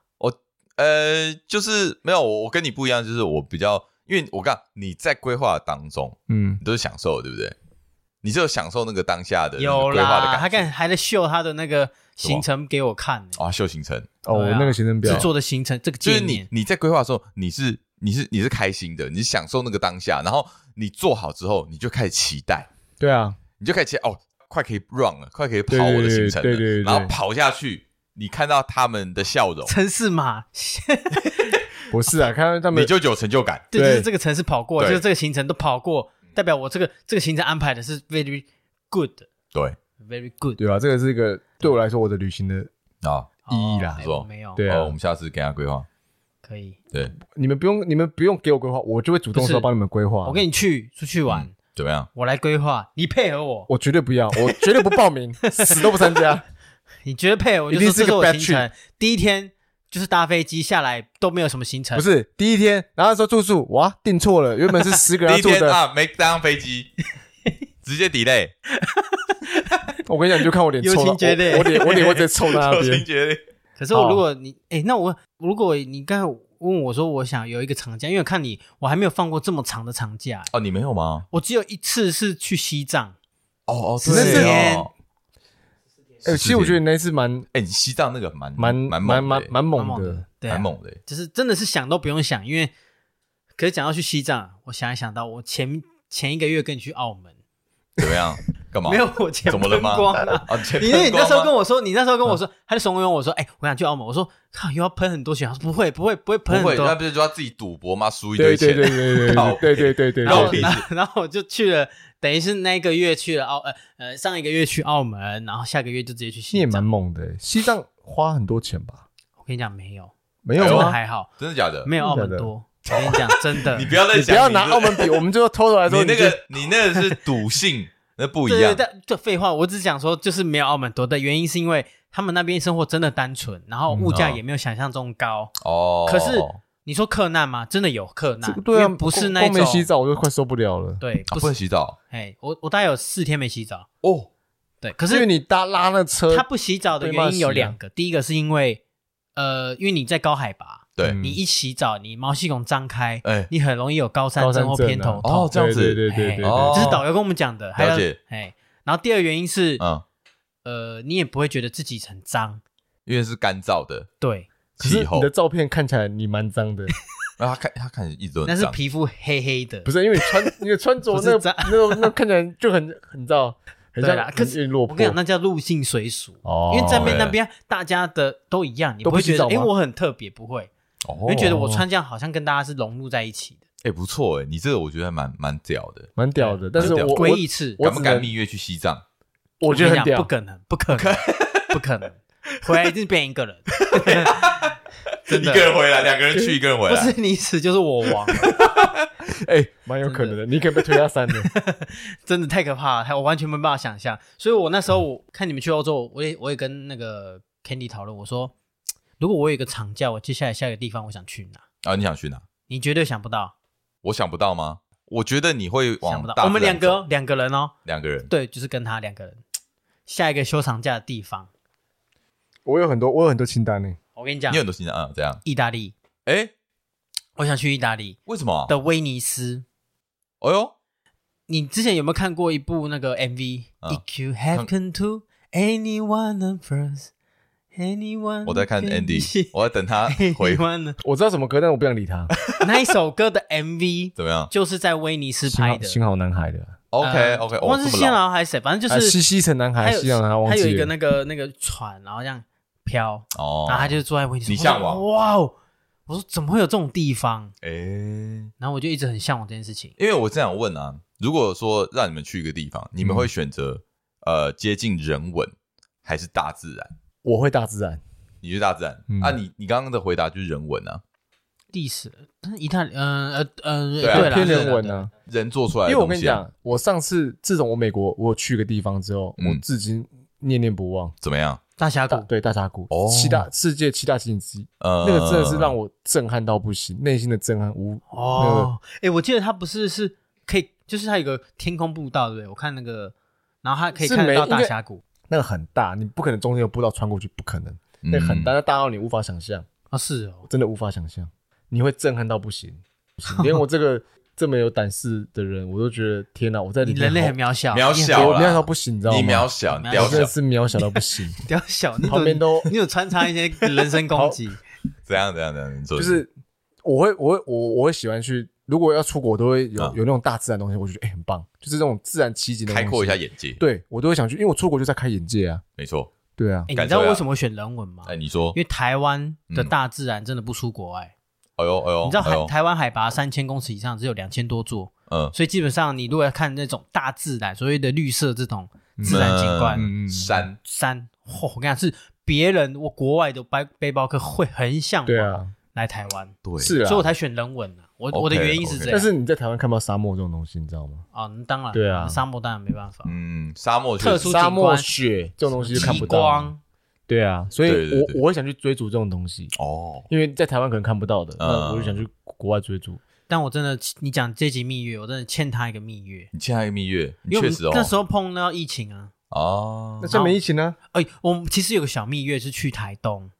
Speaker 2: 呃，就是没有我，我跟你不一样，就是我比较，因为我刚你在规划当中，
Speaker 1: 嗯，
Speaker 2: 你都是享受，对不对？你只有享受那个当下的那个
Speaker 3: 有
Speaker 2: 规划的
Speaker 3: 啦，
Speaker 2: 感
Speaker 3: 他
Speaker 2: 觉
Speaker 3: 刚才还在秀他的那个行程给我看呢，
Speaker 2: 啊，秀行程
Speaker 1: 哦，我
Speaker 3: 对啊
Speaker 1: 那个行程表
Speaker 3: 制，作的行程这个
Speaker 2: 就是
Speaker 3: 界
Speaker 2: 你
Speaker 3: 面，
Speaker 2: 你在规划的时候，你是你是你是开心的，你享受那个当下，然后你做好之后，你就开始期待，
Speaker 1: 对啊，
Speaker 2: 你就开始期待哦，快可以 run 了，快可以跑
Speaker 1: 对对
Speaker 2: 我的行程了，
Speaker 1: 对对对对
Speaker 2: 然后跑下去，你看到他们的笑容，
Speaker 3: 城市嘛，
Speaker 1: 不是啊，看到他们
Speaker 2: 你就有成就感。
Speaker 3: 对，
Speaker 1: 对
Speaker 3: 就是这个城市跑过，
Speaker 2: 对
Speaker 3: 就是这个行程都跑过，代表我这个这个行程安排的是 very good，very
Speaker 2: 对
Speaker 3: good
Speaker 1: 对吧？啊这个是一个对我来说我的旅行的
Speaker 2: 啊，
Speaker 1: 意义啦
Speaker 3: 哦哎
Speaker 2: 是吧
Speaker 3: 我没有，
Speaker 1: 对啊
Speaker 2: 哦我们下次给他规划。
Speaker 3: 可以。
Speaker 2: 对，
Speaker 1: 你们不用，你们不用给我规划，我就会主动
Speaker 3: 不是
Speaker 1: 说帮你们规划。
Speaker 3: 我跟你去出去玩，
Speaker 1: 嗯
Speaker 2: 怎么样？
Speaker 3: 我来规划，你配合我，
Speaker 1: 我绝对不要，我绝对不报名，死都不参 加。
Speaker 3: 你绝对配合我，
Speaker 1: 一
Speaker 3: 就
Speaker 1: 定
Speaker 3: 说
Speaker 1: 是
Speaker 3: 这
Speaker 1: 个
Speaker 3: 是我
Speaker 1: bad
Speaker 3: 行程。第一天就是搭飞机下来都没有什么行程，
Speaker 1: 不是第一天，然后说住宿，哇，订错了，原本是十个 人
Speaker 2: 第
Speaker 1: 要
Speaker 2: 一
Speaker 1: 住
Speaker 2: 天
Speaker 1: 的。
Speaker 2: 啊，没搭上飞机， 直接 delay，
Speaker 1: 我跟你讲，你就看我脸
Speaker 3: 友
Speaker 1: 臭
Speaker 3: 情
Speaker 1: 了，
Speaker 3: 决裂
Speaker 1: 我我脸我脸会直接臭到那
Speaker 2: 周星
Speaker 1: 边。
Speaker 2: 决定。
Speaker 3: 可是我
Speaker 1: 哦
Speaker 3: 如果你哎、那我如果你刚才问我说我想有一个长假，因为我看你我还没有放过这么长的长假，哎
Speaker 2: 哦，你没有吗？
Speaker 3: 我只有一次是去西藏，
Speaker 2: 哦哦，
Speaker 3: 十
Speaker 1: 四
Speaker 2: 对哦。
Speaker 1: 哎，其实我觉得你那一次蛮
Speaker 2: 哎，你西藏那个蛮
Speaker 1: 蛮
Speaker 2: 蛮猛
Speaker 1: 蛮蛮
Speaker 2: 的欸
Speaker 3: 蛮
Speaker 1: 蛮猛
Speaker 3: 猛
Speaker 1: 的
Speaker 3: 的，，对、啊
Speaker 2: 蛮，猛的。欸
Speaker 3: 就是真的是想都不用想，因为可是讲到去西藏，我想一想到我前前一个月跟你去澳门，
Speaker 2: 怎么样？干嘛？
Speaker 3: 没有我钱
Speaker 2: 怎么了
Speaker 3: 喷
Speaker 2: 吗？
Speaker 3: 光了、
Speaker 2: 啊， 钱
Speaker 3: 你那你
Speaker 2: 喷光
Speaker 3: 那时候跟
Speaker 2: 吗
Speaker 3: 我说，你那时候跟我说，他就怂恿我说，哎、我想去澳门。我说，靠，又要喷很多钱。他说不会，不会，不会喷
Speaker 2: 不会，
Speaker 3: 很多。
Speaker 2: 那 不是就要自己赌博吗？输一
Speaker 1: 对
Speaker 2: 堆
Speaker 1: 对
Speaker 2: 钱，
Speaker 1: 对对对对
Speaker 2: 靠
Speaker 1: 对对对对
Speaker 3: 然后
Speaker 2: 屁
Speaker 1: 对。
Speaker 3: 然后，然后我就 去了，等于是那一个月去了澳，呃呃，上一个月去澳门，然后下个月就直接去
Speaker 1: 你
Speaker 3: 西
Speaker 1: 也蛮
Speaker 3: 藏。
Speaker 1: 猛的欸，西藏花很多钱吧？
Speaker 3: 我跟你讲，没有，
Speaker 2: 哎
Speaker 1: 没
Speaker 3: 真
Speaker 1: 有
Speaker 3: 的
Speaker 1: 吗？
Speaker 3: 还好，
Speaker 2: 真的假的？
Speaker 3: 没有澳
Speaker 1: 真
Speaker 3: 门
Speaker 1: 的
Speaker 3: 多。我跟你讲，真的，
Speaker 2: 你不要再
Speaker 1: 你不
Speaker 2: 想
Speaker 1: 要
Speaker 2: 你
Speaker 1: 拿
Speaker 2: 是
Speaker 1: 澳门比，我们就偷偷来说，
Speaker 2: 你那
Speaker 1: 就
Speaker 2: 个你那个是赌性，那不一
Speaker 3: 对对，
Speaker 2: 样。
Speaker 3: 但就废话，我只是讲说，就是没有澳门多的原因，是因为他们那边生活真的单纯，然后物价
Speaker 2: 嗯哦
Speaker 3: 也没有想象中高。
Speaker 2: 哦，
Speaker 3: 可是你说克难吗？真的有克
Speaker 1: 这
Speaker 3: 难
Speaker 1: 个，对啊，
Speaker 3: 因为不是
Speaker 1: 光
Speaker 3: 那一
Speaker 1: 光没
Speaker 3: 种
Speaker 1: 洗澡我就快受不了了。
Speaker 3: 对，
Speaker 2: 啊不
Speaker 3: 不是
Speaker 2: 能洗澡
Speaker 3: 哎，我我大概有四天没洗澡，
Speaker 2: 哦，
Speaker 3: 对，可
Speaker 1: 因为
Speaker 3: 是
Speaker 1: 你搭拉那车
Speaker 3: 他，不洗澡的原因有两个，第一个是因为呃，因为你在高海拔，
Speaker 2: 对，
Speaker 1: 嗯
Speaker 3: 你一洗澡，你毛细孔张开，
Speaker 2: 哎，
Speaker 3: 你很容易有高山
Speaker 1: 高山
Speaker 3: 症或
Speaker 1: 症啊
Speaker 3: 偏头
Speaker 2: 哦
Speaker 3: 痛，
Speaker 2: 这样子
Speaker 1: 对对对对对
Speaker 2: 哦
Speaker 1: 对，
Speaker 3: 这是导游跟我们讲的，还
Speaker 2: 了
Speaker 3: 有
Speaker 2: 解
Speaker 3: 哎，然后第二个原因是
Speaker 2: 嗯，
Speaker 3: 呃，你也不会觉得自己很脏，
Speaker 2: 因为是干燥的
Speaker 3: 对，
Speaker 1: 可是
Speaker 2: 气
Speaker 1: 你
Speaker 2: 候
Speaker 1: 的，照片看起来你蛮脏的，
Speaker 2: 然后他看他看起来一直都很
Speaker 3: 但是
Speaker 2: 脏，
Speaker 3: 皮肤黑黑的
Speaker 1: 不。是因为你穿 你的穿着
Speaker 3: 不是
Speaker 1: 那
Speaker 3: 脏
Speaker 1: 那种那看起来就很很燥，很
Speaker 3: 对
Speaker 1: 像
Speaker 3: 啦，
Speaker 1: 很
Speaker 3: 可是
Speaker 1: 很落
Speaker 3: 我
Speaker 1: 魄
Speaker 3: 跟你。讲，那叫入境随俗，
Speaker 1: 哦
Speaker 3: 因为在
Speaker 2: 对
Speaker 3: 面那边大家的都一样，你
Speaker 1: 都
Speaker 3: 不
Speaker 1: 不
Speaker 3: 会
Speaker 1: 洗
Speaker 3: 觉得
Speaker 1: 澡
Speaker 3: 哎
Speaker 1: 吗
Speaker 3: 我很特别，不会，
Speaker 2: 哦
Speaker 3: 你会觉得我穿这样好像跟大家是融入在一起的。
Speaker 2: 哎不错哎，你这个我觉得蛮蛮屌的，
Speaker 1: 蛮屌的，但是
Speaker 2: 蛮屌
Speaker 1: 我
Speaker 3: 归一次，
Speaker 1: 我
Speaker 2: 敢
Speaker 1: 只
Speaker 2: 不
Speaker 1: 能
Speaker 2: 敢蜜月去西藏？
Speaker 1: 我我觉
Speaker 3: 跟
Speaker 1: 得
Speaker 3: 你讲
Speaker 1: 很屌
Speaker 3: 不，可能，不可能， 不可能，回来一定变一个人，
Speaker 2: 一个人回来，两个人 去，一个人回
Speaker 3: 不
Speaker 2: 来，
Speaker 3: 是你死就是我亡，
Speaker 1: 哎，蛮有可能的，你可能被推下 山的。
Speaker 3: 真的太可怕了，我完全没办法想象。所以我那时候我看你们去欧洲，我也我也跟那个 Candy 讨论，我说如果我有一个长假，我接下来下一个地方我想去哪？
Speaker 2: 啊，你想去哪？
Speaker 3: 你绝对想不到，
Speaker 2: 我想不到吗？我觉得你会
Speaker 3: 想
Speaker 2: 往
Speaker 3: 不到
Speaker 2: 大。
Speaker 3: 我们
Speaker 2: 自然
Speaker 3: 两个
Speaker 2: 走
Speaker 3: 哦两个人哦，
Speaker 2: 两个人，
Speaker 3: 对，就是跟他两个人。下一个休长假的地方，
Speaker 1: 我有很多，我有很多清单呢。
Speaker 3: 我跟你讲
Speaker 2: 你有，很多新疆啊，这样。
Speaker 3: 意大利，
Speaker 2: 哎，
Speaker 3: 我想去意大利
Speaker 2: 为什么？啊
Speaker 3: 的威尼斯。
Speaker 2: 哎呦，
Speaker 3: 你之前有没有看过一部那个 MV？、
Speaker 2: 嗯
Speaker 3: If you happen to anyone of us, anyone
Speaker 2: 我在看
Speaker 3: of
Speaker 2: Andy，
Speaker 3: us
Speaker 2: 我在等他
Speaker 3: 哎
Speaker 2: 回
Speaker 3: anyone of-
Speaker 1: 我知道什么歌，但我不想理他。
Speaker 3: 那一首歌的 MV
Speaker 2: 怎么样
Speaker 3: 就是在威尼斯
Speaker 1: 幸
Speaker 3: 拍
Speaker 1: 好
Speaker 3: 的。呃
Speaker 1: 幸好男孩的，
Speaker 2: ？OK OK，
Speaker 3: 我忘
Speaker 2: 哦，
Speaker 3: 记
Speaker 2: 这
Speaker 3: 是
Speaker 2: 么
Speaker 3: 新
Speaker 2: 老，
Speaker 3: 郎还是谁，反正就
Speaker 1: 啊
Speaker 3: 是
Speaker 1: 西西城男
Speaker 3: 他
Speaker 1: 孩，
Speaker 3: 有
Speaker 1: 西洋男孩，忘
Speaker 3: 他
Speaker 1: 记
Speaker 3: 有一个
Speaker 1: 了
Speaker 3: 那个那个船，然后这样飘，
Speaker 2: 哦，
Speaker 3: 啊然后他就坐在威尼斯。
Speaker 2: 你
Speaker 3: 我说
Speaker 2: 向往
Speaker 3: 哇哦！我说怎么会有这种地方？
Speaker 2: 哎，
Speaker 3: 然后我就一直很向往这件事情。
Speaker 2: 因为我这样问啊，如果说让你们去一个地方，你
Speaker 3: 嗯
Speaker 2: 们会选择呃接近人文还是大自然？
Speaker 1: 我会大自然，
Speaker 2: 你是大自然
Speaker 1: 嗯
Speaker 2: 啊？你你刚刚的回答就是人文啊，
Speaker 3: diss，但是一旦嗯呃呃
Speaker 2: 对啊
Speaker 3: 对啦
Speaker 1: 偏
Speaker 3: 对
Speaker 1: 人
Speaker 3: 啦
Speaker 1: 文
Speaker 3: 对啦
Speaker 1: 啊。
Speaker 2: 人做出来
Speaker 1: 因
Speaker 2: 的
Speaker 1: 为
Speaker 2: 东西、啊。
Speaker 1: 我跟你讲，我上次自从我美国我去个地方之后，
Speaker 2: 嗯
Speaker 1: 我至今念念不忘。
Speaker 2: 怎么样？
Speaker 3: 大峡
Speaker 1: 大
Speaker 3: 谷
Speaker 1: 对大峡谷
Speaker 2: 哦，
Speaker 1: 七大世界七大景点之一，
Speaker 2: 呃，
Speaker 1: 那个真的是让我震撼到不行，内心的震撼无
Speaker 3: 哦，哎、我记得它不是是可以，就是它有个天空步道，对不对？我看那个，然后它可以
Speaker 1: 是
Speaker 3: 看得
Speaker 1: 没
Speaker 3: 到
Speaker 1: 应
Speaker 3: 大
Speaker 1: 该
Speaker 3: 峡谷
Speaker 1: 那个很大，你不可能中间有步道穿过去，不可能，
Speaker 2: 嗯
Speaker 1: 那个很大，那大到你无法想象，
Speaker 3: 哦，是哦，
Speaker 1: 真的无法想象，你会震撼到不行，不行连我 这个这么有胆识的人，我都觉得天哪，我在里
Speaker 3: 你
Speaker 1: 面
Speaker 3: 人类
Speaker 1: 好
Speaker 3: 很渺小，
Speaker 2: 渺
Speaker 3: 你很
Speaker 2: 小
Speaker 1: 我
Speaker 2: 啦
Speaker 1: 渺小到不行，你知道吗？
Speaker 2: 你渺小，你
Speaker 3: 渺
Speaker 1: 我
Speaker 2: 渺
Speaker 1: 真的
Speaker 2: 小，
Speaker 1: 是渺小到不行，
Speaker 3: 渺小，你
Speaker 1: 旁边
Speaker 3: 有
Speaker 1: 都
Speaker 3: 你有穿插一些人身攻击，
Speaker 2: 怎样怎样怎样？你说
Speaker 1: 就是我会我会我我会喜欢去，如果要出国，我都会有
Speaker 2: 嗯
Speaker 1: 有那种大自然的东西，我就觉得哎很棒，就是那种自然奇景的东
Speaker 2: 开
Speaker 1: 西
Speaker 2: 阔一下，眼界，
Speaker 1: 对我都会想去，因为我出国就是在开眼界啊，
Speaker 2: 没错。
Speaker 1: 对啊
Speaker 3: 哎、，你
Speaker 2: 感
Speaker 3: 知道
Speaker 2: 受一下
Speaker 3: 为什么会选人文吗？
Speaker 2: 哎，你说
Speaker 3: 因，为台湾的
Speaker 2: 嗯
Speaker 3: 大自然真的不输国外，
Speaker 2: 哎呦哎呦，
Speaker 1: 哦
Speaker 3: 你知道
Speaker 2: 哎
Speaker 3: 海、
Speaker 2: 呦
Speaker 3: 台湾海拔三千公尺以上只有两千多座，
Speaker 2: 嗯，
Speaker 3: 所以基本上你如果要看那种大自然所谓的绿色这种自然景观，
Speaker 2: 嗯山
Speaker 3: 山，嚯我跟你讲是别人我国外的背背包客会很向
Speaker 1: 对
Speaker 3: 往
Speaker 1: 啊，
Speaker 3: 来台湾，
Speaker 2: 对
Speaker 1: 是啊，
Speaker 3: 所以我才选人文啊。我
Speaker 2: OK，
Speaker 3: 我的原因是这样，
Speaker 1: 但是你在台湾看不到沙漠这种东西，你知道吗？
Speaker 3: 啊，当然
Speaker 1: 对啊
Speaker 3: 沙漠当然没办法，
Speaker 2: 嗯，沙漠
Speaker 3: 特
Speaker 2: 确实
Speaker 3: 殊
Speaker 1: 沙漠
Speaker 3: 景观
Speaker 1: 雪这种东西就看
Speaker 3: 极
Speaker 1: 不到，
Speaker 3: 光
Speaker 1: 对啊，所以
Speaker 2: 对对对
Speaker 1: 我我会想去追逐这种东西，
Speaker 2: 哦，
Speaker 1: 因为在台湾可能看不到的，那
Speaker 2: 嗯
Speaker 1: 我就想去国外追逐。
Speaker 3: 但我真的，你讲这集蜜月，我真的欠他一个蜜月，
Speaker 2: 你欠他一个蜜月，你
Speaker 1: 嗯
Speaker 3: 因
Speaker 2: 确
Speaker 3: 为我
Speaker 2: 实哦
Speaker 3: 们，那时候碰到疫情啊。
Speaker 2: 哦
Speaker 1: 那，这没疫情呢？
Speaker 3: 哎，我们其实有个小蜜月是去台东，